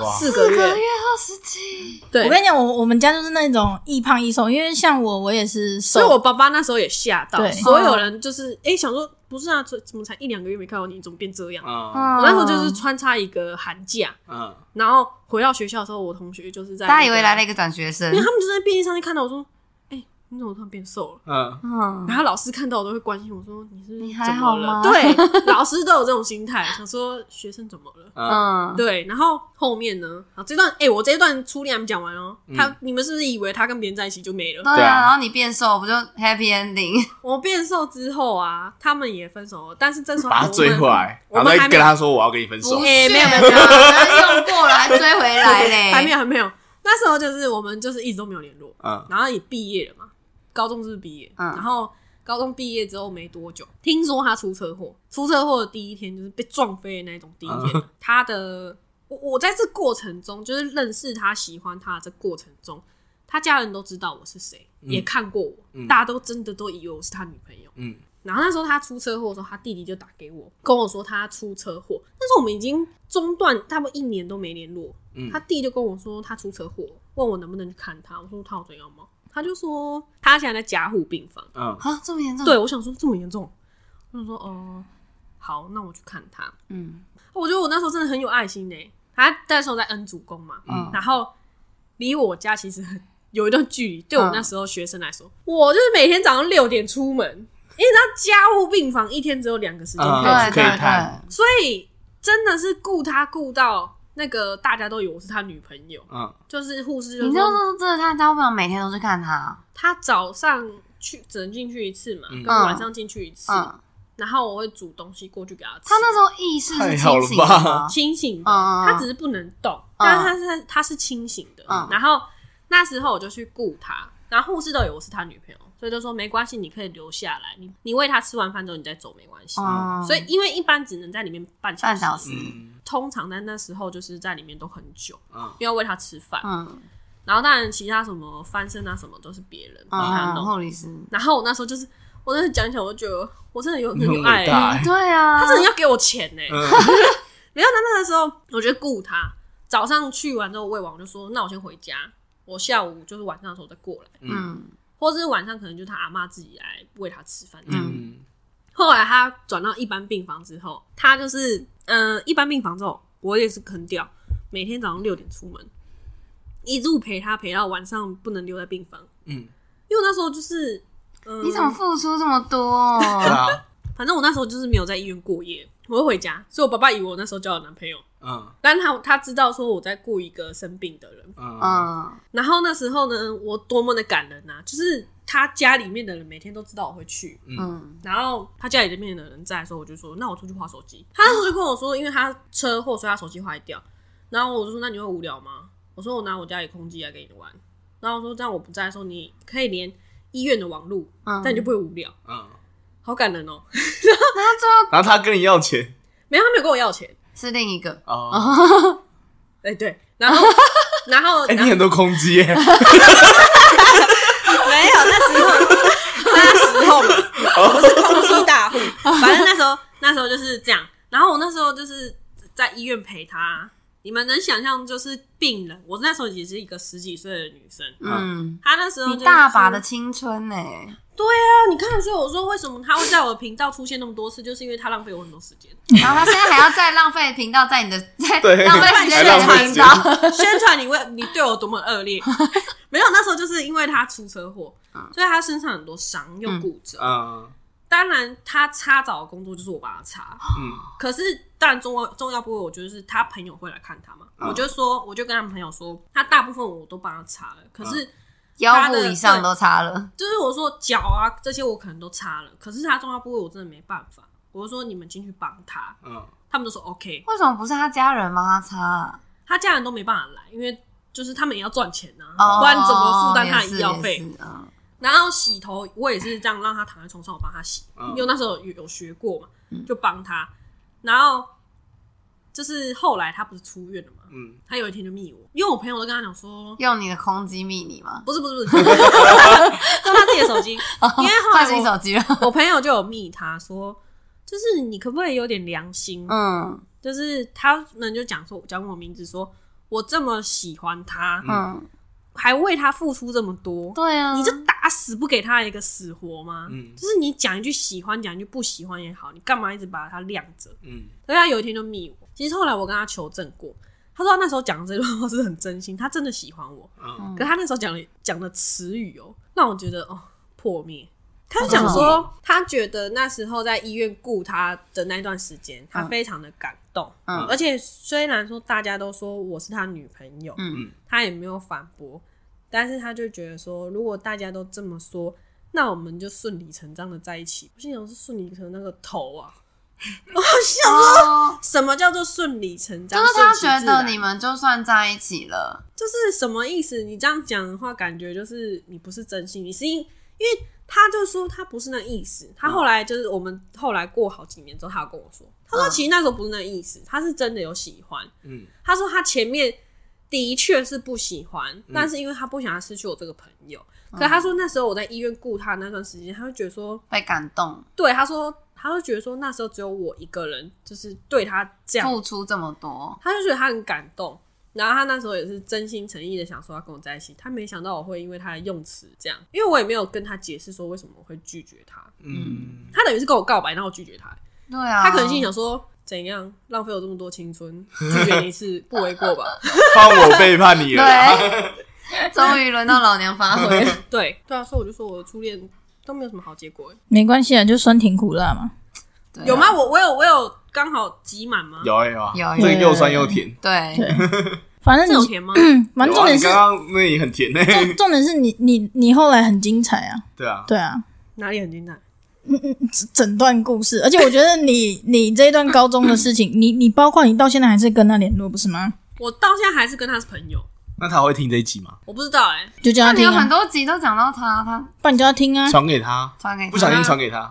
S3: 哇，
S5: 四个月，
S4: 二十几，
S5: 对
S2: 我。跟你讲，我我们家就是那种易胖易瘦，因为像我，我也是瘦
S5: 所以，我爸爸那时候也吓到，
S2: 对
S5: 所
S4: 嗯
S5: 有人就是哎、诶想说不是啊，怎怎么才一两个月没看到你，怎么变这样？
S3: 嗯
S4: 嗯
S5: 我那时候就是穿插一个寒假，
S3: 嗯，
S5: 然后回到学校的时候，我同学就是在、
S4: 大家以为来了
S5: 因
S4: 一个转学生
S5: 为，他们就在便利商店看到我说，哎、你怎么突然变瘦了？
S3: 嗯，
S4: 嗯
S5: 然后老师看到我都会关心我说：“你是
S4: 你
S5: 怎
S4: 还
S5: 么
S4: 好
S5: 了？”
S4: 吗
S5: 对，老师都有这种心态，想说学生怎么了？
S3: 嗯，
S4: 嗯，
S5: 对，然后后面呢？好，这段哎、我这一段初恋还没讲完哦。
S3: 嗯
S5: 他你们是不是以为他跟别人在一起就没了？
S4: 对
S3: 对
S4: 啊，
S3: 啊
S4: 然后你变瘦，不就 happy ending？
S5: 我变瘦之后啊，他们也分手了，但是这时候
S3: 把他追回来，
S5: 我
S3: 然
S5: 们
S3: 后再
S5: 还没
S3: 跟他说我要跟你分手
S4: 不，
S5: 哎
S4: 屑
S5: 没有没有没
S4: 啊，
S5: 有
S4: 然后用过了还追回来嘞，
S5: 还没有还没有，那时候就是我们就是一直都没有联络，
S3: 嗯
S5: 然后也毕业了嘛，高中是毕业，
S4: 嗯
S5: 然后高中毕业之后没多久，听说他出车祸，出车祸的第一天就是被撞飞的那种第一天，
S3: 嗯
S5: 他的我我在这过程中就是认识他、喜欢他的这过程中，他家人都知道我是谁，
S3: 嗯
S5: 也看过我，
S3: 嗯
S5: 大家都真的都以为我是他女朋友。
S3: 嗯
S5: 然后那时候他出车祸的时候，他弟弟就打给我，跟我说他出车祸。那时候我们已经中断，差不多一年都没联络。
S3: 嗯
S5: 他弟就跟我说他出车祸，问我能不能去看他。我说他有怎样吗？他就说他现在在加护病房。
S3: 嗯
S4: 啊，这么严重？
S5: 对，，我想说这么严重，我就说哦、呃好，那我去看他。
S4: 嗯
S5: 我觉得我那时候真的很有爱心呢、他那时候在恩主公嘛，
S4: 嗯
S5: 然后离我家其实很有一段距离。对我那时候学生来
S4: 嗯
S5: 说，我就是每天早上六点出门，因为他家务病房一天只有两个时间
S3: 嗯
S5: 可以
S4: 对
S5: 去
S3: 是可以
S4: 对
S3: 看
S4: 对，
S5: 所以真的是顾他顾到那个大家都以为我是他女朋友，
S3: 嗯
S5: 就是护士就
S4: 你知道
S5: 说
S4: 这真的他交朋友每天都去看他，
S5: 他早上去只能进去一次嘛，
S3: 嗯
S5: 跟晚上进去一次，
S4: 嗯
S5: 然后我会煮东西过去给他吃。
S4: 他那时候意识是
S3: 太好
S4: 清
S3: 了
S4: 醒
S3: 吧
S4: 的吗？
S5: 清醒的，
S4: 啊嗯嗯嗯
S5: 他只是不能动，但是他是他是清醒的。
S4: 嗯
S5: 然后那时候我就去顾他，然后护士都以为我是他女朋友，所以就说没关系，你可以留下来，你你喂他吃完饭之后你再走没关系。
S4: 嗯，
S5: 所以因为一般只能在里面半小
S4: 半
S5: 时，
S4: 小时，
S3: 嗯
S5: 通常在那时候就是在里面都很久，
S3: 嗯，
S5: 因为要喂他吃饭。
S4: 嗯，
S5: 然后当然其他什么翻身啊什么都是别人帮他
S4: 嗯，
S5: 弄。
S4: 护理师，
S5: 然后我那时候就是，我真的讲起来我就觉得我真的有很
S3: 你很
S5: 有爱、
S3: 伟大
S5: 欸，
S3: 哎
S4: 对啊，
S5: 他真的要给我钱呢、欸。
S3: 嗯
S5: 没有，那那个时候我就雇他，早上去完之后喂完，我就说那我先回家，我下午就是晚上的时候再过来，
S3: 嗯
S4: 嗯
S5: 或者是晚上可能就他阿妈自己来喂他吃饭。这样。
S3: 嗯，
S5: 后来他转到一般病房之后，他就是嗯、呃一般病房之后，我也是坑掉，每天早上六点出门，一路陪他陪到晚上不能留在病房，
S3: 嗯，
S5: 因为我那时候就是。嗯
S4: 你怎么付出这么多？
S3: 对啊，
S5: 反正我那时候就是没有在医院过夜，我会回家，所以我爸爸以为我那时候交了男朋友，
S3: 嗯
S5: 但他他知道说我在雇一个生病的人，
S3: 嗯
S4: 嗯
S5: 然后那时候呢，我多么的感人啊！就是他家里面的人每天都知道我会去，
S3: 嗯
S4: 嗯
S5: 然后他家里面的人在的时候，我就说那我出去划手机。他那时候就跟我说，因为他车祸，所以他手机坏掉。然后我就说那你会无聊吗？我说我拿我家里空机来给你玩。然后我说这样我不在的时候，你可以连医院的网路，
S4: 嗯，
S5: 但你就不会无聊。
S3: 嗯，
S5: 好感人哦！
S4: 那最后
S3: 然后他跟你要钱
S5: 没有，他没有跟我要钱。
S4: 是另一 个，
S3: 哦，
S5: 哎、对，然 后然后
S3: 哎，
S5: 然
S3: 你
S5: 后
S3: 很多空机耶，
S5: 没有，那时候那时候嘛，我是空机大户。
S4: 哦
S5: 反正那时候那时候就是这样。然后我那时候就是在医院陪他，你们能想象就是病人，我那时候也是一个十几岁的女生。
S4: 嗯，
S5: 她那时候、
S4: 你
S5: 就是、
S4: 大把的青 春呢，
S5: 对啊，你看，所以我说为什么她会在我的频道出现那么多次，就是因为她浪费我很多时间。
S4: 然后他现在还要再浪费频道在你 的在
S3: 对
S4: 浪费时间
S5: 还
S4: 在
S5: 浪费
S4: 你的频道，
S5: 宣传你为你对我多么恶劣， 没有，那时候就是因为她出车祸，
S4: 嗯
S5: 所以她身上很多伤又骨折。
S3: 嗯
S5: 当然，她擦澡的工作就是我帮她 擦，
S3: 嗯
S5: 可是，当然重要重要部位，我觉得是他朋友会来看他嘛。
S3: 嗯
S5: 我就说，我就跟他朋友说，他大部分我都帮他擦了，
S4: 嗯
S5: 可是
S4: 腰部以上都擦了，
S5: 就是我说脚啊这些我可能都擦了，可是他重要部位我真的没办法。我就说你们进去帮他，
S3: 嗯
S5: 他们都说 OK，
S4: 为什么不是他家人帮他擦啊？
S5: 他家人都没办法来，因为就是他们也要赚钱啊，
S4: 哦
S5: 不然怎么负担他的
S4: 也是
S5: 医药
S4: 也
S5: 费？
S4: 是嗯
S5: 然后洗头我也是这样让他躺在床上，我帮他洗，
S3: 嗯
S5: 因为那时候有有学过嘛，就帮他。然后就是后来他不是出院了嘛，
S3: 嗯，
S5: 他有一天就密我，因为我朋友都跟他讲说，
S4: 用你的空机密你吗？
S5: 不是不是不 是，哦用他自己的手机，因为后
S4: 换新
S5: 来
S4: 手机了，
S5: 我我朋友就有密他说，就是你可不可以有点良心？
S4: 嗯
S5: 就是他们就讲说讲我名字说。我这么喜欢他，
S4: 嗯，
S5: 还为他付出这么多，
S4: 对啊，
S5: 你就打死不给他一个死活吗？
S3: 嗯
S5: 就是你讲一句喜欢，讲一句不喜欢也好，你干嘛一直把他晾着？
S3: 嗯
S5: 所以他有一天就密我。其实后来我跟他求证过，他说他那时候讲这段话是很真心，他真的喜欢我。
S3: 嗯
S5: 可是他那时候讲的讲的词语哦、让我觉得哦破灭。他就讲
S3: 哦
S4: 嗯
S5: 说，他觉得那时候在医院顾他的那段时间，他非常的感动。
S4: 嗯
S5: 而且虽然说大家都说我是他女朋友，
S4: 嗯
S5: 他也没有反驳，但是他就觉得说，如果大家都这么说，那我们就顺理成章的在一起。我心想是顺理成章个头啊！我想
S4: 哦，
S5: 什么叫做顺理成章？
S4: 就是他
S5: 顺
S4: 觉
S5: 其自然
S4: 得你们就算在一起了，
S5: 就是什么意思？你这样讲的话，感觉就是你不是真心，你是因因为他就说他不是那意思。他后来就是我们后来过好几年之后，他有跟我说，他说
S4: 嗯
S5: 其实那时候不是那意思，他是真的有喜欢。
S3: 嗯
S5: 他说他前面的确是不喜欢，但是因为他不想要失去我这个朋友。可他说那时候我在医院顾他那段时间，他就觉得说，
S4: 被感动，
S5: 对，他说他就觉得说那时候只有我一个人，就是对他这样，
S4: 付出这么多，
S5: 他就觉得他很感动。然后他那时候也是真心诚意的想说要跟我在一起，他没想到我会因为他的用词这样，因为我也没有跟他解释说为什么我会拒绝他，
S3: 嗯
S5: 他等于是跟我告白，然后我拒绝他、
S4: 对啊，
S5: 他可能心里想说怎样浪费我这么多青春，拒绝你一次不为过吧？
S3: 换我背叛你了
S5: 啊
S3: 啦，
S4: 对，终于轮到老娘发挥了，
S5: 对对啊，所以我就说我的初恋都没有什么好结果欸、
S2: 没关系啊，就酸甜苦辣嘛。
S4: 对啊
S5: 有吗？？我我有我有刚好挤满吗？
S3: 有啊有啊，
S4: 有
S3: 这个
S2: 有
S3: 又酸又甜，
S4: 对，
S2: 对，反正
S5: 这有
S2: 你，
S5: 甜吗？
S2: 反正
S3: 有
S2: 重
S3: 啊
S2: 点
S3: 你
S2: 是
S3: 刚刚那也很 甜呢，
S2: 重重点是你你你后来很精彩啊，
S3: 对啊，
S2: 对啊，
S5: 哪里很精彩？
S2: 整段故事，而且我觉得你你这一段高中的事情，你你包括你到现在还是跟他联络，不是吗？
S5: 我到现在还是跟他是朋友，
S3: 那他会听这一集吗？
S5: 我不知道哎、
S2: 就叫他
S4: 那你
S2: 听、
S4: 有很
S2: 啊，
S4: 多集都讲到他，他
S2: 不然你叫他听啊。
S3: 传给他，
S4: 传给他
S3: 不小心传给他，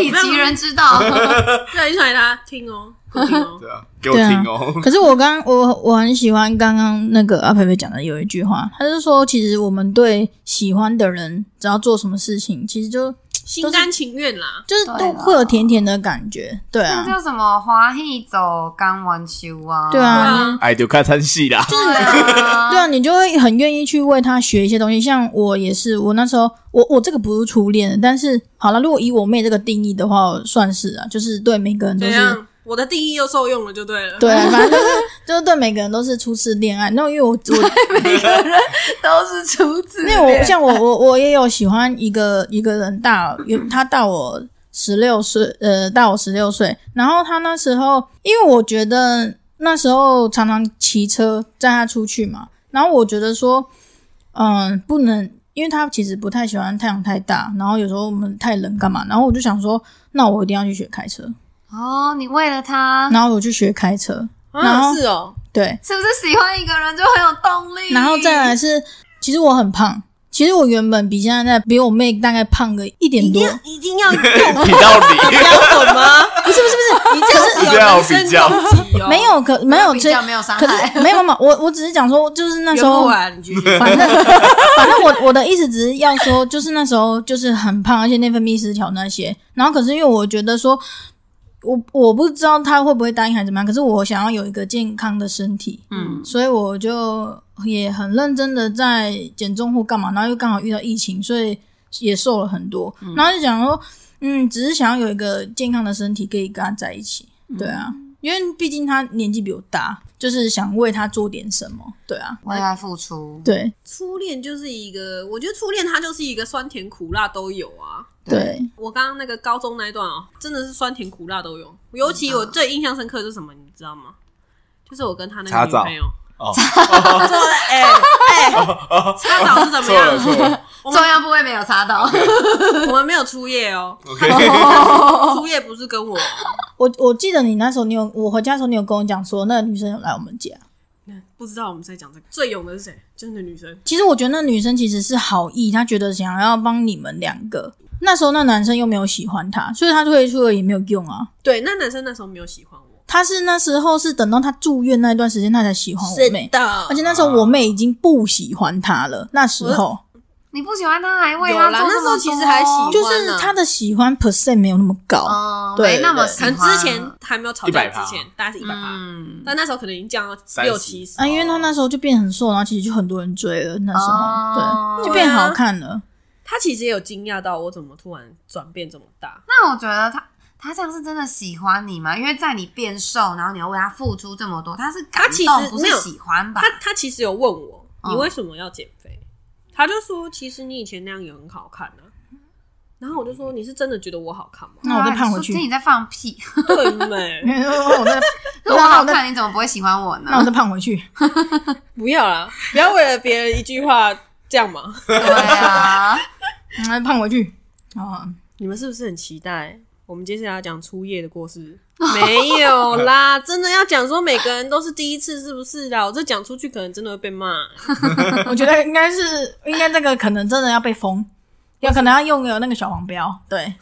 S4: 以其人 之道，
S5: 不小心啊传给他听哦、会听哦、
S3: 对啊，给我听哦。
S2: 可是我刚我我很喜欢刚刚那个阿佩佩讲的有一句话，他是说，其实我们对喜欢的人，只要做什么事情，其实就
S5: 心甘情愿啦。
S2: 就是
S4: 对啊
S2: 都
S4: 啦
S2: 会有甜甜的感觉，对
S4: 那
S2: 啊，
S4: 叫什么花戏走甘完秋啊，
S2: 对
S5: 对
S2: 啊，
S5: 啊，
S3: 哎，就看参戏啦。
S4: 对啊，
S2: 对啊，你就会很愿意去为他学一些东西。像我也是，我那时候我我这个不是初恋，但是好了，如果以我妹这个定义的话，算是啊，就是对每个人都
S5: 怎
S2: 是。
S5: 样？我的定义又受用了，就 对了。
S2: 对，反正就是就是对每个人都是初次恋爱。那因为我我
S4: 都是出
S2: 因
S4: 自
S2: 为我像我我我也有喜欢一个一个人大，有他大我十六岁，呃，大我十六岁。然后他那时候，因为我觉得那时候常常骑车载他出去嘛，然后我觉得说，嗯，不能，因为他其实不太喜欢太阳太大，然后有时候我们太冷干嘛，然后我就想说，那我一定要去学开车，
S4: 哦，你为了他，
S2: 然后我去学开车，然
S5: 啊，
S2: 后
S5: 是哦、
S2: 对，
S4: 是不是喜欢一个人就很有动力？
S2: 然后再来是，其实我很胖，其实我原本比现在比我妹大概胖个一点
S5: 一哦
S2: 多
S5: 定，要一定要
S3: 比到底，
S5: 标准吗？不是不是 不是，你这是
S3: 不
S5: 有
S3: 要
S5: 人身
S3: 比较
S5: 攻击哦，
S2: 没有可没有
S4: 比
S2: 这，
S4: 较没有伤
S2: 可
S4: 害，
S2: 是没有嘛，我我只是讲说，就是那时
S5: 圆不
S2: 候，
S5: 完，你继续
S2: 反正反正我我的意思只是要说，就是那时候就是很胖，而且内分泌失调那些，然后可是因为我觉得说。我我不知道他会不会答应还是怎么样，可是我想要有一个健康的身体，
S4: 嗯，
S2: 所以我就也很认真的在减重或干嘛，然后又刚好遇到疫情，所以也瘦了很多。然后就想说，嗯，只是想要有一个健康的身体，可以跟他在一起。对啊，因为毕竟他年纪比我大，就是想为他做点什么。对啊，
S4: 为爱付出，
S2: 对
S5: 初恋就是一个，我觉得初恋它就是一个酸甜苦辣都有啊。
S2: 对，
S5: 我刚刚那个高中那一段哦，真的是酸甜苦辣都有。尤其我最印象深刻的是什么，你知道吗？就是我跟他那
S3: 查
S5: 个女
S3: 找
S5: 朋友，
S3: 哦，
S5: 他说：“哎哎，查找是怎么
S3: 错了错
S5: 样？
S3: 了
S4: 重要部位没有插到，
S5: 我们没有初夜哦，
S3: ，OK，
S5: 初夜不是跟 我哦。
S2: 我我记得你那时候，你有我回家的时候，你有跟我讲说，那个女生有来我们家。
S5: 嗯不知道我们在讲这个。最勇的是谁？就是那女生。
S2: 其实我觉得那女生其实是好意，她觉得想要帮你们两个。那时候那男生又没有喜欢她，所以她退出了也没有用啊。
S5: 对，那男生那时候没有喜欢我。
S2: 他是那时候是等到他住院那一段时间，他才喜欢我妹，
S5: 的
S2: 而且那时候我妹已经不喜欢他了。那时候
S4: 你不喜欢他还为
S5: 有
S4: 他
S5: 啦，
S4: 做这
S5: 那
S4: 么多，
S5: 时候其实还喜欢呢，
S2: 就是他的喜欢 percent 没有那么高，
S4: 哦，
S2: 对
S4: 没那么
S2: 对
S4: 喜
S5: 可
S4: 欢
S5: 能之前还没有吵架
S3: 100趴
S5: 之前，大概是一百八，
S4: 嗯，
S5: 但那时候可能已经降到
S3: 30
S5: 六七十。
S2: 啊，因为他那时候就变很瘦，然后其实就很多人追了。那时候、
S4: 哦
S2: 对，就变好看了。？
S5: 他其实也有惊讶到我怎么突然转变这么大。
S4: 那我觉得他他这样是真的喜欢你吗？因为在你变瘦，然后你要为他付出这么多，他是感
S5: 他其
S4: 动
S5: 实
S4: 不
S5: 没
S4: 是
S5: 有
S4: 喜欢吧
S5: 他？他其实有问我，
S4: 嗯
S5: 你为什么要减肥？他就说，其实你以前那样也很好看啊。然后我就说，你是真的觉得我好看吗
S2: 那我再胖回去
S4: 啊听，你在放屁，
S5: 对没？
S2: 我再
S4: 如果好
S2: 那我再
S4: 看，你怎么不会喜欢我呢
S2: 那？我再胖回去。
S5: 不要啦，不要为了别人一句话这样嘛。
S4: 对啊，
S2: 嗯，再胖回去。啊，
S5: 你们是不是很期待我们接下来要讲初夜的故事？没有啦，真的要讲说每个人都是第一次，是不是啦？我这讲出去可能真的会被骂。
S2: 我觉得应该是，应该那个可能真的要被封，有可能要用有那个小黄标。对，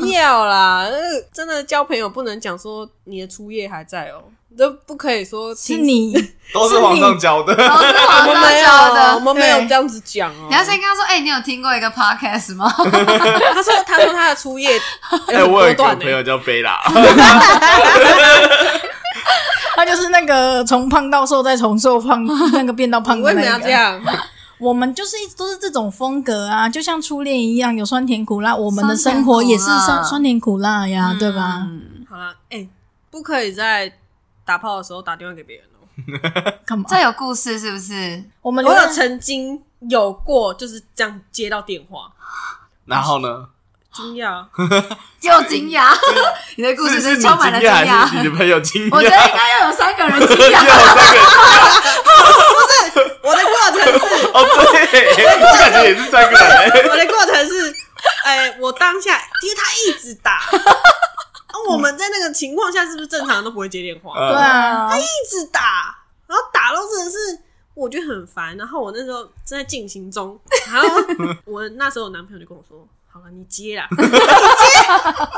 S5: 不要啦，呃真的交朋友不能讲说你的初夜还在哦、都不可以说
S2: 是
S5: 听
S2: 你
S3: 都是皇上教的，
S4: 都是
S5: 我
S4: 皇
S5: 们
S4: 上
S5: 没有
S4: 教
S5: 啊，我
S4: 的。
S5: 们没有
S2: 对
S5: 这样子讲哦、
S4: 你要先跟他说，哎、你有听过一个 podcast 吗？
S5: 他说，他说他的初 夜，
S3: 哎，我有一
S5: 多
S3: 个
S5: 段
S3: 朋
S5: 欸
S3: 友叫贝拉，
S2: 他就是那个从胖到瘦，再从瘦胖那个变到胖
S5: 你
S2: 的
S5: 为什么
S2: 那
S5: 要
S2: 个。
S5: 这样？
S2: 我们就是一直都是这种风格啊，就像初恋一样，有酸甜苦辣。我们的生
S4: 酸甜苦辣
S2: 活也是酸酸甜苦辣呀，对吧？
S4: 嗯
S5: 好啦，哎、不可以在打炮的时候打电话给别人哦、
S2: 干嘛？
S4: 这有故事是不是？
S2: 我们
S5: 我
S2: 留
S5: 有
S2: 在
S5: 曾经有过就是这样接到电话，
S3: 然后呢？
S5: 惊讶，
S4: 又惊讶， 你的故事
S3: 是你
S4: 充满了
S3: 惊讶还是你
S4: 讶。
S3: 的朋友惊
S4: 我觉得
S3: 讶？
S4: 应该要有三个人惊
S3: 要
S4: 讶，
S3: 三个
S5: 我的过程是，
S3: 哦，对，这感觉也是三个人。
S5: 我的过程是 哎、我当下其实他一直 打。啊我们在那个情况下是不是正常人都不会接电话？
S3: 呃
S2: 对啊，
S5: 一直打，然后打到真的是我觉得很烦。然后我那时候正在进行中，然后我那时候我男朋友就跟我说：“好了，你接啦，你接，不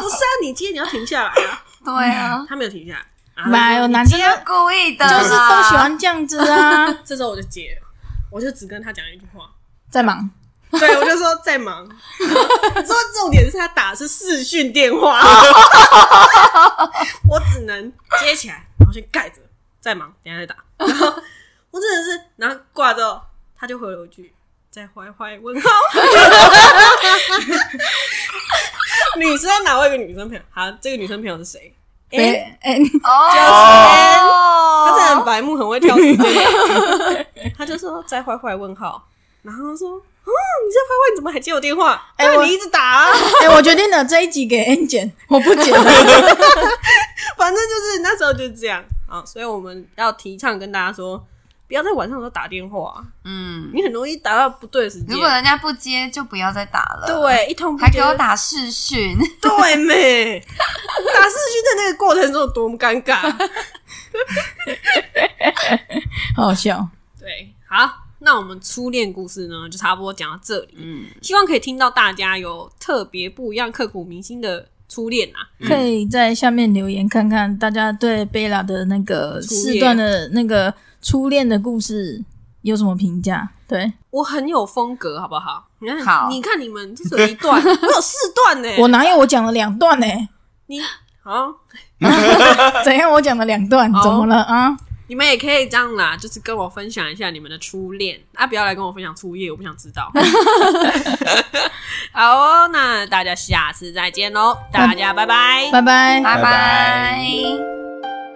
S5: 是啊，你接你要停下来啊。
S4: 对啊”，
S5: 他没有停下来，然后
S2: 买有哎男生
S4: 就故意的啦，
S2: 就是都喜欢这样子啊，
S5: 啊 这时候我就接了，我就只跟他讲一句话。
S2: 在忙。
S5: 对，我就说在忙。 说重点是他打的是视讯电话，我只能接起来，然后先盖着，在忙，等一下再打。然后我真的是，然后挂之后，他就回了我一句：“在怀怀问号。” 女生哪会有一个女生朋友？好，这个女生朋友是谁？哎、
S2: 哎哎，
S4: 哦，
S5: 他真的很白目，很会挑时间。 他就说在坏坏问号，然后说。哦，你在坏坏，你怎么还接我电话？哎、
S2: 哎我
S5: 你一直打、啊，
S2: 哎，我决定了，这一集给 N 剪，我不剪了。
S5: 反正就是那时候就是这样啊。所以我们要提倡跟大家说，不要在晚上的时候打电话，
S4: 嗯，
S5: 你很容易打到不对的时间
S4: 如。果人家不接，就不要再打了。，
S5: 对，一通不
S4: 还
S5: 接
S4: 给我，打视讯，
S5: 对妹，打视讯的那个过程中有多么尴尬。
S2: 好好笑。
S5: 对，好，那我们初恋故事呢，就差不多讲到这里。
S4: 嗯，
S5: 希望可以听到大家有特别不一样、刻骨铭心的初恋啊。
S4: 嗯
S2: 可以在下面留言看看大家对贝拉的那个
S5: 初
S2: 四
S5: 恋
S2: 段的那个初恋的故事有什么评价？对
S5: 我很有风格，好不好？你看，
S4: 好
S5: 你看你们这只有一 段，我有四段呢、
S2: 我哪有我讲了两段呢、
S5: 你好，
S2: 怎样？我讲了两段，
S5: 好
S2: 怎么了啊？
S5: 你们也可以这样啦，就是跟我分享一下你们的初恋啊，不要来跟我分享初夜，我不想知 道。好哦，那大家下次再见喽，大家拜拜。
S2: 拜拜。
S4: 拜
S3: 拜
S4: 拜
S3: 拜。